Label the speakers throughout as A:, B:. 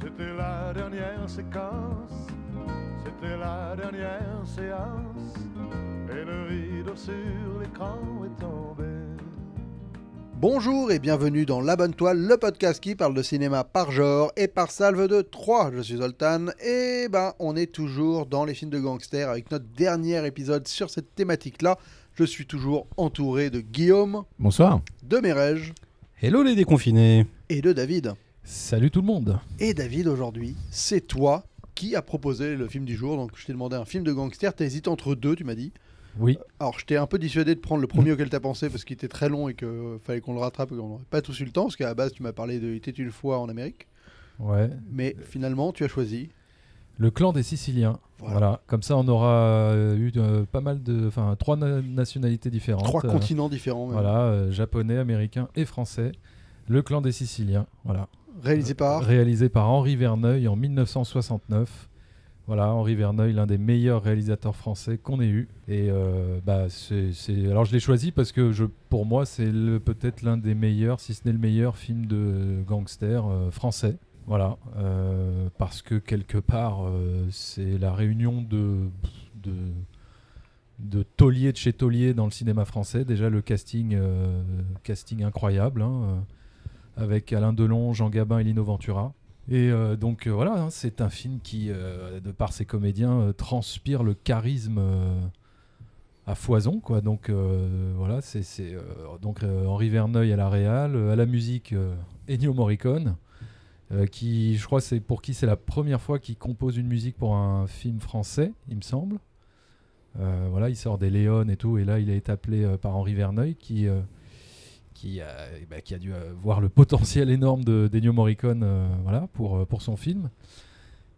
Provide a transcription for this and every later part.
A: C'était la dernière séquence, c'était la dernière séance, et le rideau sur l'écran est tombé.
B: Bonjour et bienvenue dans La Bonne Toile, le podcast qui parle de cinéma par genre et par salve de 3. Je suis Zoltan et ben on est toujours dans les films de gangsters avec notre dernier épisode sur cette thématique-là. Je suis toujours entouré de Guillaume,
C: Bonsoir.
B: de Mérège
D: Hello les déconfinés.
B: et de David.
C: Salut tout le monde.
B: Et David aujourd'hui, c'est toi qui a proposé le film du jour. Donc je t'ai demandé un film de gangster, t'as hésité entre deux, tu m'as dit. Euh,
C: Oui.
B: Alors, je t'ai un peu dissuadé de prendre le premier auquel t'as pensé parce qu'il était très long et que euh, fallait qu'on le rattrape et qu'on n'aurait pas tous eu le temps. Parce qu'à la base, tu m'as parlé de Il était une fois en Amérique.
C: Ouais.
B: Mais finalement, tu as choisi.
C: Le clan des Siciliens.
B: Voilà.
C: Voilà. Comme ça, on aura euh, eu euh, pas mal de, enfin, trois na- nationalités différentes.
B: Trois
C: Euh,
B: continents différents. même.
C: Voilà, euh, japonais, américain et français. Le clan des Siciliens. Voilà.
B: Réalisé par.
C: Réalisé par Henri Verneuil en 1969. Voilà, Henri Verneuil, l'un des meilleurs réalisateurs français qu'on ait eu. Et euh, bah, c'est, c'est- alors je l'ai choisi parce que je, pour moi, c'est le- peut-être l'un des meilleurs, si ce n'est le meilleur film de gangster euh, français. Voilà, euh, parce que quelque part, euh, c'est la réunion de, de, de taulier de chez taulier dans le cinéma français. Déjà, le casting, euh, casting incroyable, hein, euh, avec Alain Delon, Jean Gabin et Lino Ventura. Et euh, donc euh, voilà, hein, c'est un film qui, euh, de par ses comédiens, euh, transpire le charisme euh, à foison. Quoi. Donc euh, voilà, c'est c'est, euh, donc euh, Henri Verneuil à la réal, euh, à la musique euh, Ennio Morricone, euh, qui, je crois, c'est pour qui c'est la première fois qu'il compose une musique pour un film français, il me semble. Euh, voilà, il sort des Léon et tout, et là il a été appelé euh, par Henri Verneuil qui euh, qui a, eh ben, qui a dû euh, voir le potentiel énorme de d'Ennio Morricone euh, voilà, pour, euh, pour son film.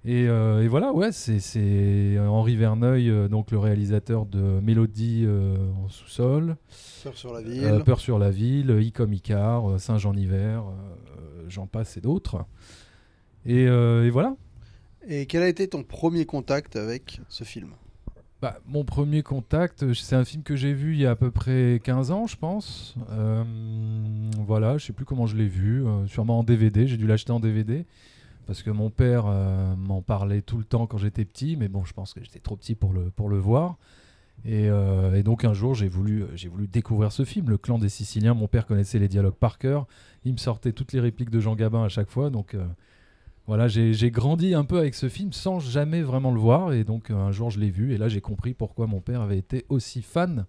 C: Et, euh, et voilà, ouais, c'est- c'est Henri Verneuil, euh, donc le réalisateur de Mélodie euh, en sous-sol,
B: Sœur sur la ville.
C: euh, Peur sur la ville, euh, I comme Icar, euh, Saint Jean l'hiver, euh, j'en passe et d'autres. Et, euh, et voilà.
B: Et quel a été ton premier contact avec ce film
C: Bah, mon premier contact, euh, c'est un film que j'ai vu il y a à peu près 15 ans, je pense. Euh, voilà, je sais plus comment je l'ai vu, euh, sûrement en DVD, j'ai dû l'acheter en DVD. Parce que mon père euh, m'en parlait tout le temps quand j'étais petit, mais bon, je pense que j'étais trop petit pour le, pour le voir. Et, euh, et donc un jour, j'ai voulu, euh, j'ai voulu découvrir ce film, Le Clan des Siciliens. Mon père connaissait les dialogues par cœur. Il me sortait toutes les répliques de Jean Gabin à chaque fois. Donc euh, voilà, j'ai j'ai grandi un peu avec ce film sans jamais vraiment le voir. Et donc euh, un jour, je l'ai vu. Et là, j'ai compris pourquoi mon père avait été aussi fan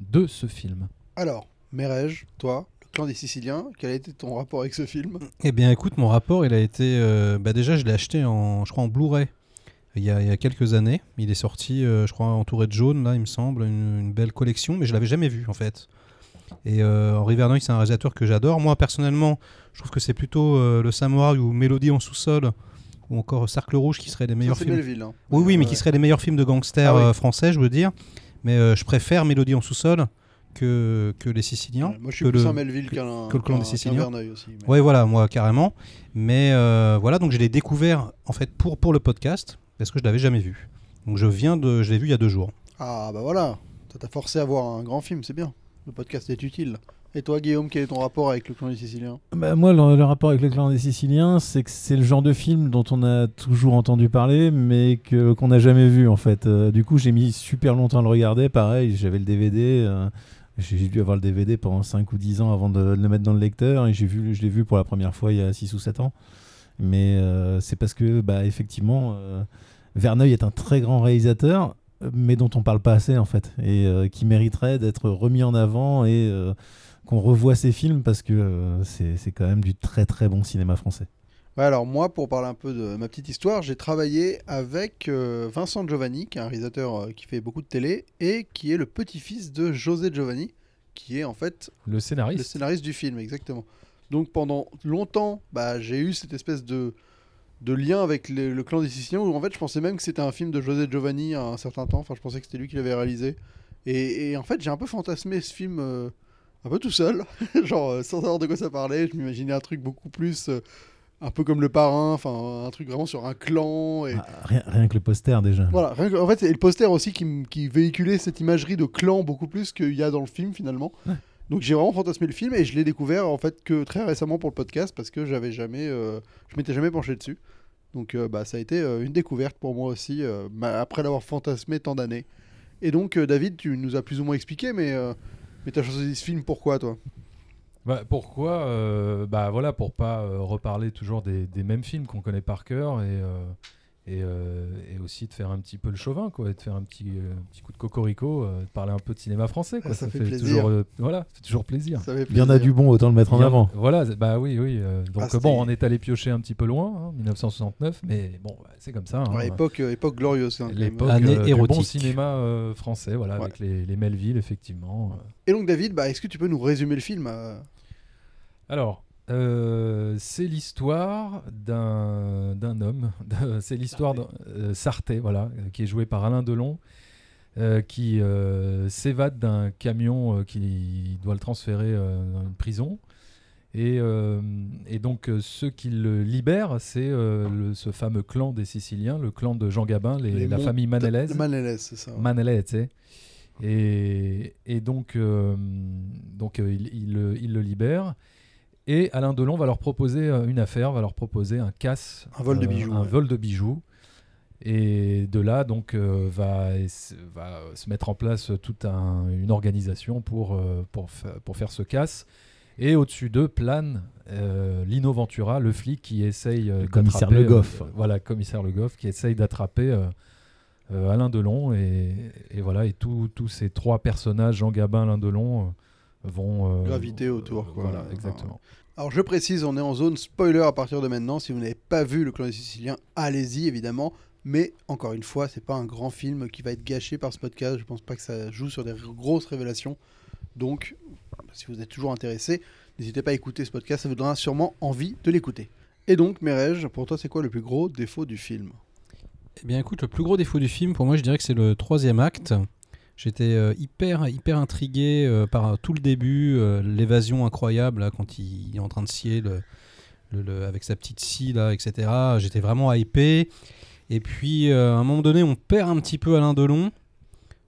C: de ce film.
B: Alors, Mérège, toi, le clan des Siciliens, quel a été ton rapport avec ce film
D: Eh bien écoute, mon rapport, il a été... euh, bah déjà, je l'ai acheté en, je crois, en Blu-ray. Il y, a, il y a quelques années, il est sorti, euh, je crois, entouré de jaune, là, il me semble, une, une belle collection, mais je l'avais jamais vu, en fait. Et euh, Henri Verneuil, c'est un réalisateur que j'adore. Moi, personnellement, je trouve que c'est plutôt euh, Le Samouraï ou Mélodie en sous-sol, ou encore Cercle Rouge, qui seraient les
B: Ça,
D: meilleurs
B: C'est
D: films.
B: Belleville. hein.
D: Oui, oui, mais
B: Ouais.
D: qui seraient les meilleurs films de gangsters
B: Ah oui.
D: euh, français, je veux dire. Mais euh, je préfère Mélodie en sous-sol que, que Les Siciliens.
B: Ouais, Moi, je suis
D: que
B: plus
D: le-
B: un Melville qu'un.
D: que le clan des
B: qu'un- qu'un
D: Siciliens.
B: Verneuil aussi. mais-
D: Ouais, voilà, moi carrément. Mais euh, voilà, donc je l'ai découvert en fait pour, pour le podcast parce que je l'avais jamais vu. Donc je viens de, je l'ai vu il y a deux jours.
B: Ah, bah voilà. Ça t'a forcé à voir un grand film, c'est bien. Le podcast est utile. Et toi, Guillaume, quel est ton rapport avec le clan des Siciliens
E: Bah, moi, le, le rapport avec le clan des Siciliens, c'est que c'est le genre de film dont on a toujours entendu parler, mais que, qu'on n'a jamais vu en fait. Euh, du coup, j'ai mis super longtemps à le regarder. Pareil, j'avais le DVD. euh, j'ai j'ai dû avoir le DVD pendant 5 ou 10 ans avant de, de le mettre dans le lecteur. Et j'ai vu, je l'ai vu pour la première fois il y a 6 ou 7 ans. Mais euh, c'est parce que, bah, effectivement, euh, Verneuil est un très grand réalisateur, mais dont on parle pas assez en fait. Et euh, qui mériterait d'être remis en avant et. euh, qu'on revoit ces films parce que euh, c'est c'est quand même du très très bon cinéma français.
B: Ouais, alors moi, pour parler un peu de ma petite histoire, j'ai travaillé avec euh, Vincent Giovanni, qui est un réalisateur euh, qui fait beaucoup de télé, et qui est le petit-fils de José Giovanni, qui est en fait
C: Le
B: le
C: scénariste.
B: scénariste du film, exactement. Donc pendant longtemps, bah, j'ai eu cette espèce de, de lien avec le, le clan des Siciliens, où en fait je pensais même que c'était un film de José Giovanni à un certain temps, enfin je pensais que c'était lui qui l'avait réalisé. Et, et en fait j'ai un peu fantasmé ce film euh, un peu tout seul, genre euh, sans savoir de quoi ça parlait, je m'imaginais un truc beaucoup plus... euh, un peu comme le parrain, enfin un truc vraiment sur un clan. Et...
E: Ah, rien, rien que le poster déjà.
B: Voilà, rien que- en fait, c'est le poster aussi qui, m- qui véhiculait cette imagerie de clan beaucoup plus qu'il y a dans le film finalement.
E: Ouais.
B: Donc j'ai vraiment fantasmé le film et je l'ai découvert en fait que très récemment pour le podcast parce que j'avais jamais, euh, je m'étais jamais penché dessus. Donc euh, bah, ça a été euh, une découverte pour moi aussi, euh, ma- après l'avoir fantasmé tant d'années. Et donc euh, David, tu nous as plus ou moins expliqué, mais, euh, mais t'as choisi ce film pourquoi toi
C: Bah, pourquoi euh, Bah voilà, pour pas euh, reparler toujours des, des mêmes films qu'on connaît par cœur et, euh, et, euh, et aussi de faire un petit peu le chauvin, quoi, et de faire un petit, euh, petit coup de cocorico, euh, de parler un peu de cinéma français, quoi.
B: Ah, ça fait plaisir.
C: toujours, euh, voilà, ça fait toujours plaisir.
B: Ça fait
E: Il y en a
B: plaisir.
E: du bon, autant le mettre en
C: Bien-
E: avant.
C: Voilà, c'est- bah oui, oui. euh, donc
B: Ah, c'était-
C: bon, on est allé piocher un petit peu loin, hein, 1969, mais bon, bah, c'est comme ça. hein.
B: Ouais, époque, euh, époque glorieuse. hein, quand même.
C: L'époque
D: Année
C: euh, du bon
D: érotique.
C: cinéma euh, français, voilà,
B: Ouais.
C: avec les, les Melville, effectivement. euh,
B: Et donc David, bah, est-ce que tu peux nous résumer le film euh,
C: Alors, euh, c'est l'histoire d'un d'un homme, de- c'est l'histoire de Sarté, voilà, euh, qui est joué par Alain Delon, euh, qui euh, s'évade d'un camion euh, qui doit le transférer euh, dans une prison. Et, euh, et donc, euh, ceux qui le libèrent, c'est euh, le- ce fameux clan des Siciliens, le clan de Jean Gabin, les-
B: Les
C: la
B: Mont-
C: famille Manélez.
B: Le Manélez, c'est ça. ouais.
C: Manelay, tu sais. Et, et donc, euh, donc euh, il, il le- il le libère. Et Alain Delon va leur proposer euh, une affaire, va leur proposer un casse. euh,
B: Un vol de bijoux,
C: Un
B: ouais.
C: vol de bijoux. Et de là, donc, euh, va, ess- va se mettre en place toute un- une organisation pour, euh, pour, fa- pour faire ce casse. Et au-dessus d'eux plane euh, Lino Ventura, le flic qui essaye euh,
E: Le commissaire
C: d'attraper,
E: Le Goff.
C: euh, voilà, commissaire Le Goff, qui essaye d'attraper euh, euh, Alain Delon. Et, et voilà, et tous tous ces trois personnages, Jean Gabin, Alain Delon, euh, vont. euh,
B: Graviter autour, quoi.
C: Voilà,
B: Enfin,
C: exactement.
B: Alors je précise, on est en zone spoiler à partir de maintenant. Si vous n'avez pas vu Le Clan des Siciliens, allez-y évidemment. Mais encore une fois, c'est pas un grand film qui va être gâché par ce podcast. Je pense pas que ça joue sur des r- grosses révélations. Donc, si vous êtes toujours intéressé, n'hésitez pas à écouter ce podcast. Ça vous donnera sûrement envie de l'écouter. Et donc, Merej, pour toi, c'est quoi le plus gros défaut du film
D: Eh bien, écoute, le plus gros défaut du film, pour moi, je dirais que c'est le troisième acte. J'étais euh, hyper, hyper intrigué euh, par euh, tout le début, euh, l'évasion incroyable, là, quand il, il est en train de scier le, le- le- avec sa petite scie, là, etc. J'étais vraiment hypé. Et puis, euh, à un moment donné, on perd un petit peu Alain Delon.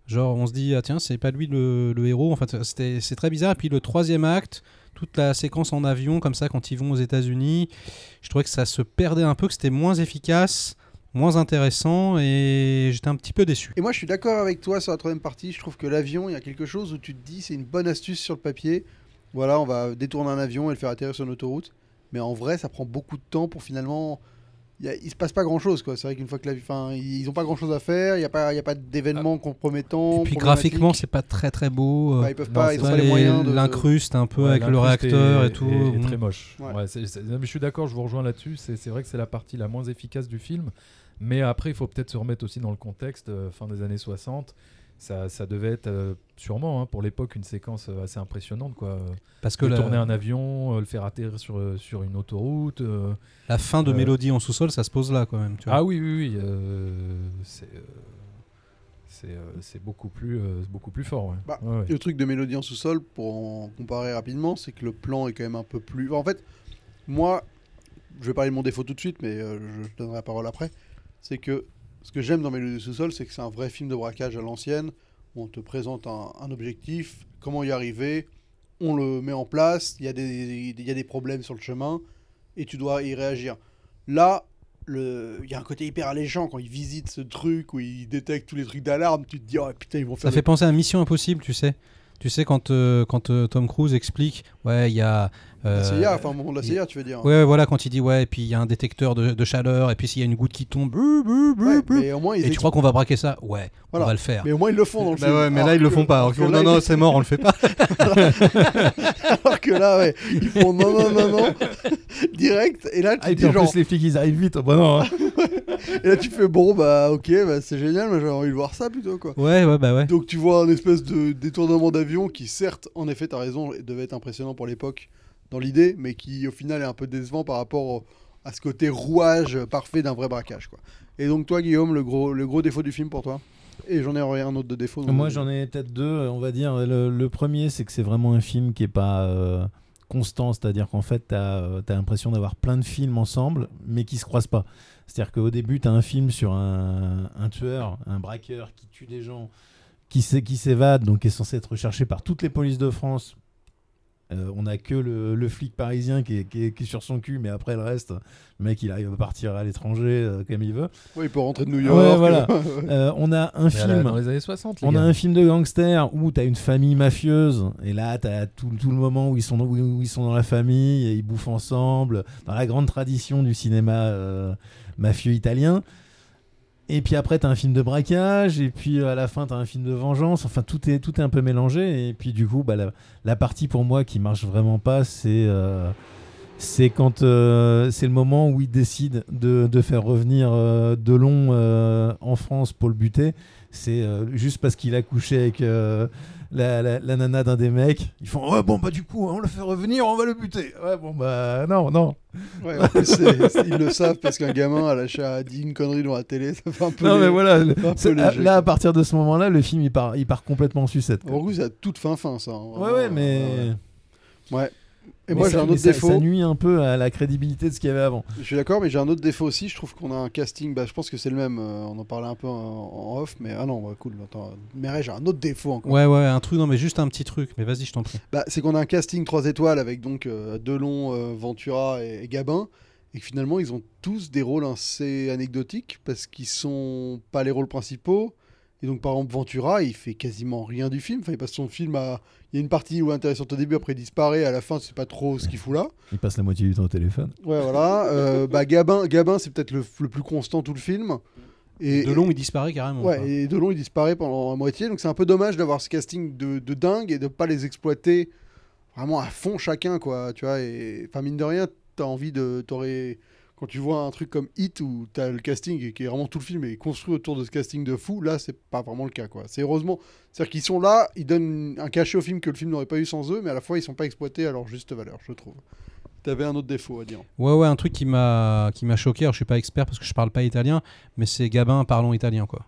D: Genre, on se dit, ah tiens, c'est pas lui le, le héros. En fait, c'était- c'est très bizarre. Et puis, le troisième acte, toute la séquence en avion, comme ça, quand ils vont aux États-Unis, je trouvais que ça se perdait un peu, que c'était moins efficace moins intéressant et j'étais un petit peu déçu.
B: Et moi, je suis d'accord avec toi sur la troisième partie. Je trouve que l'avion, il y a quelque chose où tu te dis, c'est une bonne astuce sur le papier. Voilà, on va détourner un avion et le faire atterrir sur une autoroute. Mais en vrai, ça prend beaucoup de temps pour finalement. Il, y a- il se passe pas grand chose, quoi. C'est vrai qu'une fois que l'avion. Enfin, ils ont pas grand chose à faire. Il n'y a pas, il y a pas d'événements compromettants.
D: Et puis
B: problématiques.
D: graphiquement, c'est pas très très beau.
B: Bah, ils peuvent
C: non,
B: pas,
C: c'est
B: ils ont
D: Ouais,
B: pas les
D: les-
B: moyens de.
D: L'incruste un peu
C: Ouais,
D: avec le
C: l'incruste
D: réacteur
C: est-
D: et tout.
C: est- est
D: Mm.
C: très moche.
B: Ouais.
C: Ouais, c'est- c'est- non, mais je suis d'accord, je vous rejoins là-dessus. C'est c'est vrai que c'est la partie la moins efficace du film. Mais après, il faut peut-être se remettre aussi dans le contexte. euh, fin des années 60, ça, ça devait être euh, sûrement, hein, pour l'époque, une séquence euh, assez impressionnante. Quoi. Euh,
D: Parce que
C: de
D: la,
C: tourner un avion, euh, le faire atterrir sur, euh, sur une autoroute. euh.
D: la fin de
C: Euh.
D: Mélodie en sous-sol, ça se pose là quand même. Tu vois.
C: Ah oui, oui, oui. euh, c'est euh, c'est, euh, c'est beaucoup, plus, euh, beaucoup plus fort. ouais.
B: Bah,
C: Ouais, ouais.
B: Le truc de Mélodie en sous-sol, pour en comparer rapidement, c'est que le plan est quand même un peu plus. En fait, moi, je vais parler de mon défaut tout de suite, mais euh, je je donnerai la parole après. C'est que ce que j'aime dans Mélodie en sous-sol, c'est que c'est un vrai film de braquage à l'ancienne. où On te présente un, un objectif, comment y arriver, on le met en place, il y, a des- il y a des problèmes sur le chemin, et tu dois y réagir. Là, le- il y a un côté hyper alléchant quand ils visitent ce truc, où ils détectent tous les trucs d'alarme, tu te dis, oh putain, ils vont faire
D: Ça
B: des
D: fait penser à Mission Impossible, tu sais. Tu sais, quand, euh, quand euh, Tom Cruise explique, ouais, il y a. euh,
B: La CIA, enfin, au moment de la
D: il-
B: CIA, tu veux dire.
D: Ouais, ouais, voilà, quand il dit, ouais, et puis il y a un détecteur de, de chaleur, et puis s'il y a une goutte qui tombe, blu, blu, blu,
B: Ouais,
D: blu.
B: mais au moins, ils
D: et Bah tu
B: ex-
D: crois qu'on va braquer ça Ouais,
B: Voilà.
D: on va le faire.
B: Bah mais au moins, ils le font dans le film. Alors que- alors que là, ils-
D: c'est mort, on le fait pas.
B: Alors que là, ouais, ils font non, non, non, non, direct. Et là, tu
E: Ah, et
B: dis
E: puis en
B: genre-
E: plus, les flics, ils arrivent vite. Bah non, hein.
B: et là, tu fais bon, bah, ok, bah, c'est génial, mais j'avais envie de voir ça plutôt, quoi.
D: Ouais, ouais, bah ouais.
B: Donc, tu vois un espèce de détournement d'avion qui, certes, en effet, t'as raison, devait être impressionnant pour l'époque dans l'idée, mais qui, au final, est un peu décevant par rapport au- à ce côté rouage parfait d'un vrai braquage, quoi. Et donc, toi, Guillaume, le gros, le gros défaut du film pour toi Et j'en ai un autre de défaut. donc-
E: Moi, j'en ai peut-être deux, euh, on va dire. Le, le premier, c'est que c'est vraiment un film qui est pas euh, constant, c'est-à-dire qu'en fait, tu as, l'impression d'avoir plein de films ensemble, mais qui se croisent pas. C'est-à-dire qu'au début, tu as un film sur un, un tueur, un braqueur qui tue des gens, qui s'é- qui s'évade, donc qui est censé être recherché par toutes les polices de France. Euh, on a que le, le flic parisien qui est, qui, est, qui est sur son cul, mais après le reste, le mec il arrive à partir à l'étranger euh, comme il veut.
B: Ouais, il peut rentrer de New York.
E: voilà. Euh, on a un
C: Mais à la-
E: film.
C: Dans les années 60. les
E: On a
C: gars.
E: un film de gangster où t'as une famille mafieuse et là t'as tout, tout le moment où ils sont où, où ils sont dans la famille et ils bouffent ensemble dans la grande tradition du cinéma euh, mafieux italien. Et puis après t'as un film de braquage et puis euh, à la fin t'as un film de vengeance. Enfin tout est tout est un peu mélangé et puis du coup bah, la, la partie pour moi qui marche vraiment pas c'est euh, c'est quand euh, c'est le moment où ils décident de, de faire revenir euh, Delon euh, en France pour le buter. C'est euh, juste parce qu'il a couché avec euh, la, la- la nana d'un des mecs. Ils font ouais bon bah du coup on le fait revenir on va le buter. Ouais bon bah non non.
B: Ouais, en plus, c'est- c'est- ils le savent parce qu'un gamin a lâché a dit une connerie dans la télé, ça fait un peu.
E: Non mais
B: léger.
E: voilà. le-
B: un peu
E: c'est- ah,
B: léger,
E: là à
B: quoi.
E: partir de ce moment là le film il part il part complètement en sucette. quoi.
B: En gros, c'est à toute fin fin ça. hein,
E: Ouais
B: vraiment,
E: ouais mais.
B: ouais. Ouais. Et
E: mais
B: moi j'ai
E: ça-
B: un
E: mais
B: autre
E: ça-
B: défaut.
E: Ça nuit un peu à la crédibilité de ce qu'il y avait avant.
B: Je suis d'accord, mais j'ai un autre défaut aussi. Je trouve qu'on a un casting. Bah, je pense que c'est le même. euh, on en parlait un peu en, en off, mais ah non, bah, cool. Attends, Mireille, j'ai un autre défaut encore.
D: Ouais, ouais, un truc, non, mais juste un petit truc. Mais vas-y, je t'en prie.
B: Bah, c'est qu'on a un casting 3 étoiles avec donc euh, Delon, euh, Ventura et, et Gabin, et que finalement ils ont tous des rôles assez anecdotiques parce qu'ils sont pas les rôles principaux. Et donc par exemple Ventura, il fait quasiment rien du film. Enfin, il passe son film à. Il y a une partie où est intéressante au début, après il disparaît. À la fin, c'est pas trop ce qu'il fout là.
E: Il passe la moitié du temps au téléphone.
B: Ouais, voilà. Euh, bah Gabin, Gabin, c'est peut-être le, le plus constant tout le film. Et,
D: de long, il disparaît carrément. quoi.
B: Ouais, et Delon, il disparaît pendant la moitié. Donc c'est un peu dommage d'avoir ce casting de, de dingue et de pas les exploiter vraiment à fond chacun, quoi. Tu vois, et enfin, mine de rien, t'as envie de. T'aurais. Quand tu vois un truc comme Hit où t'as le casting et qui est vraiment tout le film est construit autour de ce casting de fou, là c'est pas vraiment le cas quoi. C'est heureusement, c'est-à-dire qu'ils sont là, ils donnent un cachet au film que le film n'aurait pas eu sans eux, mais à la fois ils sont pas exploités à leur juste valeur, je trouve. T'avais un autre défaut à dire.
D: Ouais, ouais, un truc qui m'a qui m'a choqué. Alors, je suis pas expert parce que je parle pas italien, mais c'est Gabin parlant italien, quoi.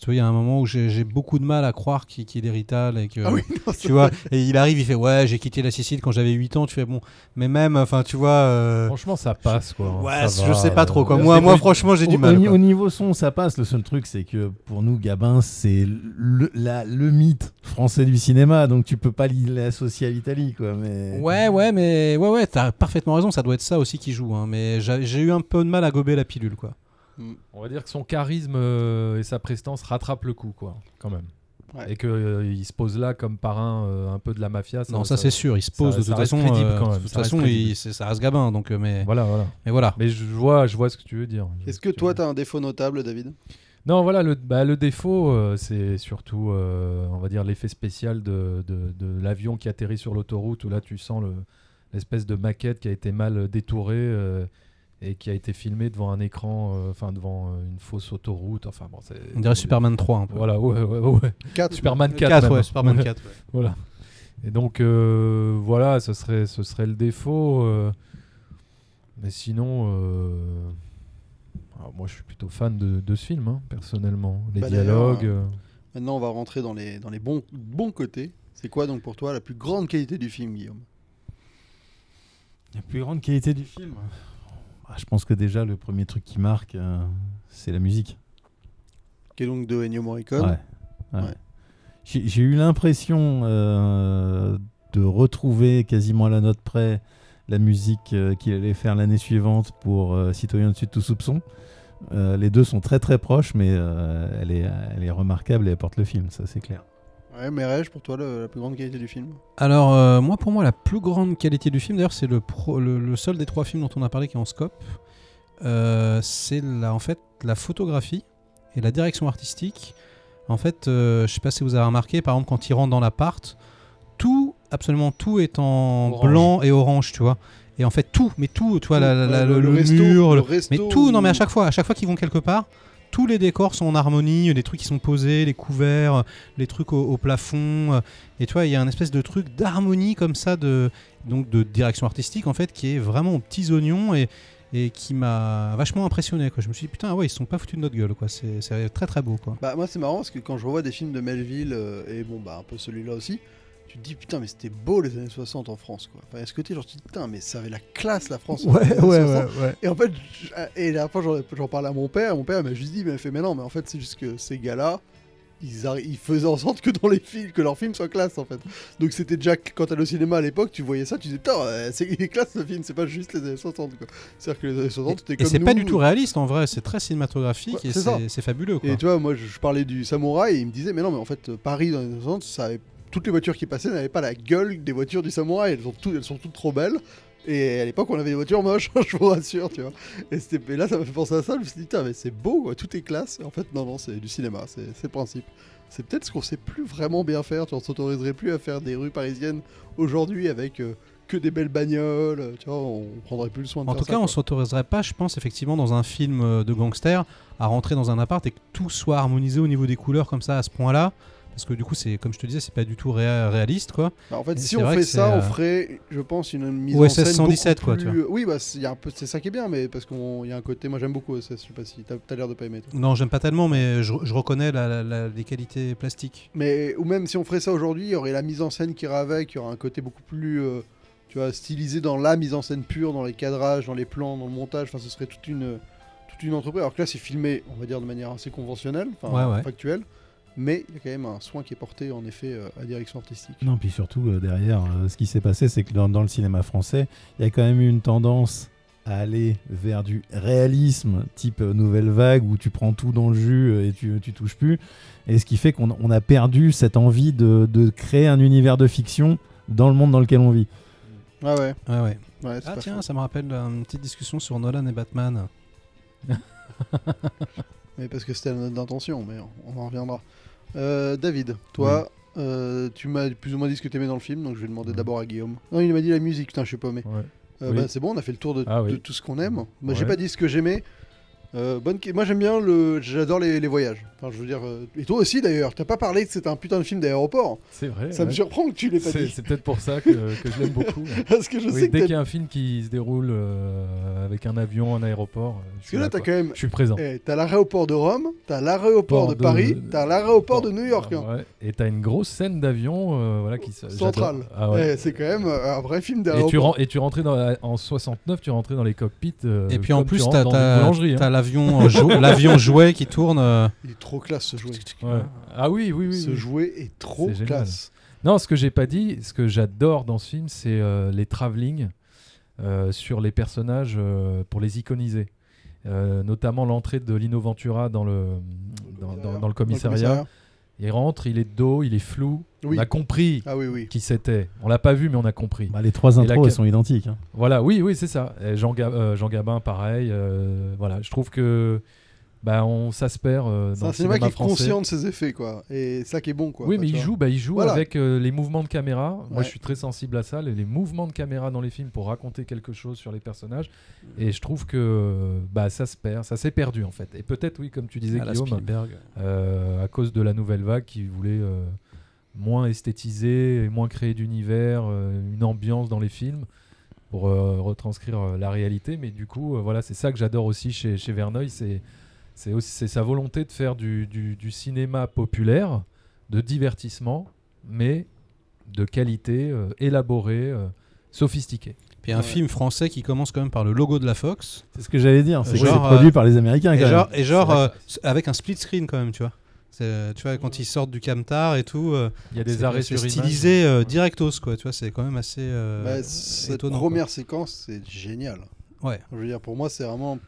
D: Tu vois, il y a un moment où j'ai j'ai beaucoup de mal à croire qu'il qu'il est rital et que.
B: Ah oui, non,
D: Tu vois, et il arrive, il fait Ouais, j'ai quitté la Sicile quand j'avais 8 ans. Tu fais Bon, mais même, enfin, tu vois. euh,
C: Franchement, ça passe quoi. hein,
D: ouais,
C: ça
D: je
C: va,
D: sais pas trop, quoi.
C: euh,
D: Moi,
C: c'est
D: moi
C: poli-
D: franchement, j'ai
E: Au,
D: du
E: au
D: mal.
E: ni-
D: quoi.
E: au niveau son, ça passe. Le seul truc, c'est que pour nous, Gabin, c'est le, la- le mythe français du cinéma. Donc tu peux pas l'i- l'associer à l'Italie, quoi. Mais
D: Ouais, ouais, mais ouais, ouais, t'as parfaitement raison. Ça doit être ça aussi qui joue. hein, mais j'a- j'ai eu un peu de mal à gober la pilule, quoi.
C: On va dire que son charisme euh, et sa prestance rattrapent le coup, quoi, quand même.
B: Ouais.
C: Et qu'il se pose là comme parrain euh, un peu de la mafia. ça-
D: non, ça,
C: ça-
D: c'est sûr. Il se pose
C: ça-
D: de
C: ça
D: toute
C: reste
D: façon.
C: crédible,
D: euh,
C: quand
D: De
C: même,
D: toute
C: ça reste
D: façon,
C: crédible.
D: il- c'est- ça reste Gabin. Donc, euh, mais,
C: Voilà, voilà.
D: mais voilà.
C: Mais je vois, je vois ce que tu veux dire.
B: Est-ce que
C: Tu
B: toi
C: vois.
B: t'as un défaut notable, David
C: Non, voilà, le, bah, le défaut, euh, c'est surtout, euh, on va dire, l'effet spécial de, de- de l'avion qui atterrit sur l'autoroute, où là, tu sens le- l'espèce de maquette qui a été mal détourée euh, et qui a été filmée devant un écran, euh, enfin, devant euh, une fausse autoroute. Enfin, bon, c'est...
D: On dirait Superman 3 un peu.
C: Voilà, ouais, ouais, ouais.
B: 4
C: Superman 4.
D: Quatre,
C: même.
D: ouais, Superman
C: Ouais.
D: 4. ouais.
C: Voilà. Et donc, euh, voilà, ce serait, ce serait le défaut. euh, mais sinon, euh, alors moi, je suis plutôt fan de, de ce film, hein, personnellement. Les
B: Bah, d'ailleurs,
C: dialogues. euh,
B: Maintenant, on va rentrer dans les, dans les bons, bons côtés. C'est quoi donc pour toi la plus grande qualité du film, Guillaume
E: La plus grande qualité du film. Bah, je pense que déjà, le premier truc qui marque, euh, c'est la musique.
B: Qui est donc de Ennio Morricone.
E: Ouais. Ouais.
B: Ouais.
E: J'ai j'ai eu l'impression euh, de retrouver quasiment à la note près la musique euh, qu'il allait faire l'année suivante pour euh, Citoyen au-dessus de tout soupçon. Euh, les deux sont très très proches, mais euh, elle, est, elle est remarquable et elle porte le film, ça c'est clair.
B: Ouais, Mérège, pour toi le- la plus grande qualité du film
D: Alors, euh, moi, pour moi, la plus grande qualité du film, d'ailleurs, c'est le, pro- le, le seul des trois films dont on a parlé qui est en scope. Euh, c'est la, en fait la photographie et la direction artistique. En fait, euh, je sais pas si vous avez remarqué, par exemple, quand il rentre dans l'appart, tout, absolument tout est en
C: Orange.
D: blanc et orange, tu vois. Et en fait, tout, mais tout, tu vois, la- la- la-
B: Ouais,
D: le, le mur, le-
B: resto
D: mais tout, non, mais à
B: où-
D: chaque fois, à chaque fois qu'ils vont quelque part, tous les décors sont en harmonie, les trucs qui sont posés, les couverts, euh, les trucs au, au plafond. euh, Et tu vois, il y a un espèce de truc d'harmonie comme ça, de, donc de direction artistique en fait, qui est vraiment aux petits oignons et, et qui m'a vachement impressionné. Quoi. Je me suis dit, putain, ah ouais, ils se sont pas foutus de notre gueule, quoi. C'est c'est très très beau, quoi.
B: Bah, moi, c'est marrant parce que quand je revois des films de Melville euh, et bon, bah, un peu celui-là aussi, tu te dis putain, mais c'était beau les années 60 en France quoi. Enfin, est-ce que t'es genre, tu te dis, putain, mais ça avait la classe la France en Et en fait, je- et la dernière fois, j'en j'en parlais à mon père, mon père m'a juste dit, mais il fait, mais non, mais en fait, c'est juste que ces gars-là, ils, arri- ils faisaient en sorte que dans les films, que leurs films soient classe en fait. Donc c'était déjà quand allais au cinéma à l'époque, tu voyais ça, tu disais putain, euh, c'est il est classe ce film, c'est pas juste les années 60 quoi. C'est-à-dire que les années 60 c'était
D: Et
B: comme
D: c'est pas
B: nous.
D: du tout réaliste en vrai, c'est très cinématographique
B: Ouais,
D: et
B: c'est ça.
D: c'est c'est fabuleux. Quoi.
B: Et tu vois, moi je, je parlais du samouraï et il me disait mais non mais en fait euh, Paris dans les années 60, ça avait- toutes les voitures qui passaient n'avaient pas la gueule des voitures du samouraï, elles sont, tout- elles sont toutes trop belles. Et à l'époque, on avait des voitures moches, je vous rassure, tu vois. Et, c'était- et là, ça m'a fait penser à ça. Je me suis dit, putain, mais c'est beau, quoi, tout est classe. Et en fait, non, non, c'est du cinéma, c'est c'est le principe. C'est peut-être ce qu'on sait plus vraiment bien faire. Tu ne s'autoriserait plus à faire des rues parisiennes aujourd'hui avec euh, que des belles bagnoles. euh, Tu vois, on prendrait plus le soin de
D: En
B: faire
D: tout
B: ça,
D: cas, on
B: quoi.
D: s'autoriserait pas, je pense, effectivement, dans un film euh, de gangster, à rentrer dans un appart et que tout soit harmonisé au niveau des couleurs comme ça, à ce point-là. Parce que du coup, c'est comme je te disais, c'est pas du tout réa- réaliste, quoi.
B: Bah, en fait,
D: Mais
B: si
D: c'est
B: on
D: vrai
B: fait
D: que c'est,
B: ça, on
D: euh,
B: ferait, je pense, une mise
D: Ou
B: en
D: SS
B: scène
D: 117,
B: beaucoup
D: quoi, tu
B: plus- Oui, bah, c'est- y a un peu- c'est ça qui est bien, mais parce qu'il y a un côté. Moi, j'aime beaucoup SS. Je sais pas si t'as as, l'air de pas aimer. toi.
D: Non, j'aime pas tellement, mais je, je reconnais la- la- la- les qualités plastiques.
B: Mais ou même si on ferait ça aujourd'hui, il y aurait la mise en scène qui irait avec. Il y aurait un côté beaucoup plus, euh, tu vois, stylisé dans la mise en scène pure, dans les cadrages, dans les plans, dans le montage. Enfin, ce serait toute une, toute une entreprise. Alors que là, c'est filmé, on va dire, de manière assez conventionnelle, enfin
D: Ouais, ouais.
B: factuelle. Mais il y a quand même un soin qui est porté, en effet, euh, à la direction artistique.
E: Non, puis surtout, euh, derrière, euh, ce qui s'est passé, c'est que dans, dans le cinéma français, il y a quand même eu une tendance à aller vers du réalisme, type euh, nouvelle vague, où tu prends tout dans le jus euh, et tu, tu touches plus. Et ce qui fait qu'on on a perdu cette envie de, de créer un univers de fiction dans le monde dans lequel on vit.
B: Ah ouais,
D: Ouais, ouais.
B: ouais, c'est
D: Ah
B: pas
D: tiens,
B: faux.
D: ça me rappelle euh, une petite discussion sur Nolan et Batman.
B: Mais parce que c'était la note d'intention, mais on on en reviendra. Euh, David, toi, euh, tu m'as plus ou moins dit ce que t'aimais dans le film, donc je vais demander d'abord à Guillaume. Non, il m'a dit la musique, putain, je suis paumé.
C: Ouais.
B: Euh,
C: Oui.
B: bah, c'est bon, on a fait le tour de,
C: Ah oui.
B: de tout ce qu'on aime. Moi, j'ai
C: Ouais.
B: pas dit ce que j'aimais. Euh, bonne... que- Moi, j'aime bien le. J'adore les, les voyages. Enfin, je veux dire. euh, Et toi aussi, d'ailleurs. T'as pas parlé que c'était un putain de film d'aéroport.
C: C'est vrai.
B: Ça me
C: ouais.
B: surprend que tu l'aies pas
C: C'est
B: dit.
C: c'est peut-être pour ça que, que je l'aime beaucoup.
B: Parce que je
C: Oui,
B: sais que
C: dès
B: t'as-
C: qu'il y a un film qui se déroule euh, avec un avion, un aéroport, euh, je
B: Parce
C: suis,
B: que là,
C: là,
B: t'as
C: quoi.
B: quand même.
C: Je suis présent.
B: Eh, t'as l'aéroport de Rome, t'as l'aéroport de, Paris, t'as l'aéroport de New York. hein.
C: Ouais, Et t'as une grosse scène d'avion euh, voilà, qui se-
B: Centrale.
C: j'adore. Ah ouais.
B: Eh, c'est quand même euh, un vrai film
C: Et
B: d'aéroport.
C: tu, ren- et tu rentrais dans la- en 69, tu rentrais dans les cockpits. euh,
D: et puis en
C: comme
D: plus,
C: tu
D: t'as
C: rentres dans une
D: t'as-
C: boulangerie. hein.
D: t'as l'avion euh, jou- l'avion jouet qui tourne. euh,
B: Il est trop classe ce jouet.
C: Ouais. Ah oui, oui, oui.
B: Ce
C: oui.
B: jouet est trop
C: C'est génial.
B: classe.
C: Non, ce que j'ai pas dit, ce que j'adore dans ce film, c'est euh, les travelling euh, sur les personnages euh, pour les iconiser. Euh, notamment l'entrée de Lino Ventura dans le, dans, dans- dans le commissariat. Il rentre, il est de dos, il est flou.
B: Oui.
C: On a compris
B: Ah oui, oui.
C: qui c'était. On l'a pas vu, mais on a compris.
E: Bah, les trois
C: Et la
E: intros,
C: ca-
E: elles sont identiques. hein.
C: Voilà, oui, oui, c'est ça. Et Jean, Ga- euh, Jean Gabin, pareil. euh, voilà, je trouve que bah, on s'aspère euh,
B: C'est
C: dans
B: un
C: le
B: cinéma qui est
C: français.
B: conscient de ses effets, quoi. Et ça qui est bon, quoi.
C: oui,
B: Enfin,
C: mais
B: tu
C: il
B: vois.
C: joue, bah, il joue
B: Voilà.
C: avec euh, les mouvements de caméra. Moi,
B: Ouais.
C: je suis très sensible à ça, les, les mouvements de caméra dans les films pour raconter quelque chose sur les personnages. Et je trouve que euh, bah, ça se perd, ça s'est perdu en fait. Et peut-être, oui, comme tu disais,
D: à la
C: Guillaume,
D: Spielberg.
C: euh, à cause de la nouvelle vague qui voulait euh, moins esthétiser et moins créer d'univers, euh, une ambiance dans les films pour euh, retranscrire euh, la réalité. Mais du coup, euh, voilà, c'est ça que j'adore aussi chez, chez Verneuil, c'est c'est aussi c'est sa volonté de faire du, du- du cinéma populaire, de divertissement, mais de qualité, euh, élaborée, euh, sophistiquée.
D: Puis un
B: Ouais.
D: film français qui commence quand même par le logo de la Fox.
E: C'est ce que j'allais dire. C'est que Euh, c'est
D: Genre,
E: produit par les Américains.
D: Et
E: Ah, quand
D: genre, et genre,
C: C'est vrai
D: euh, s- avec un split screen quand même, tu vois. C'est- Tu vois, quand ils sortent du camtar et tout, euh,
C: Il y a
D: c'est-
C: des arrêts
D: c'est
C: sur
D: stylisé
C: image.
D: euh, directos, quoi. Tu vois, c'est quand même assez. euh,
B: Bah, cette
D: étonnant, quoi.
B: première séquence, c'est génial.
D: Ouais.
B: Je veux dire, pour moi, c'est vraiment.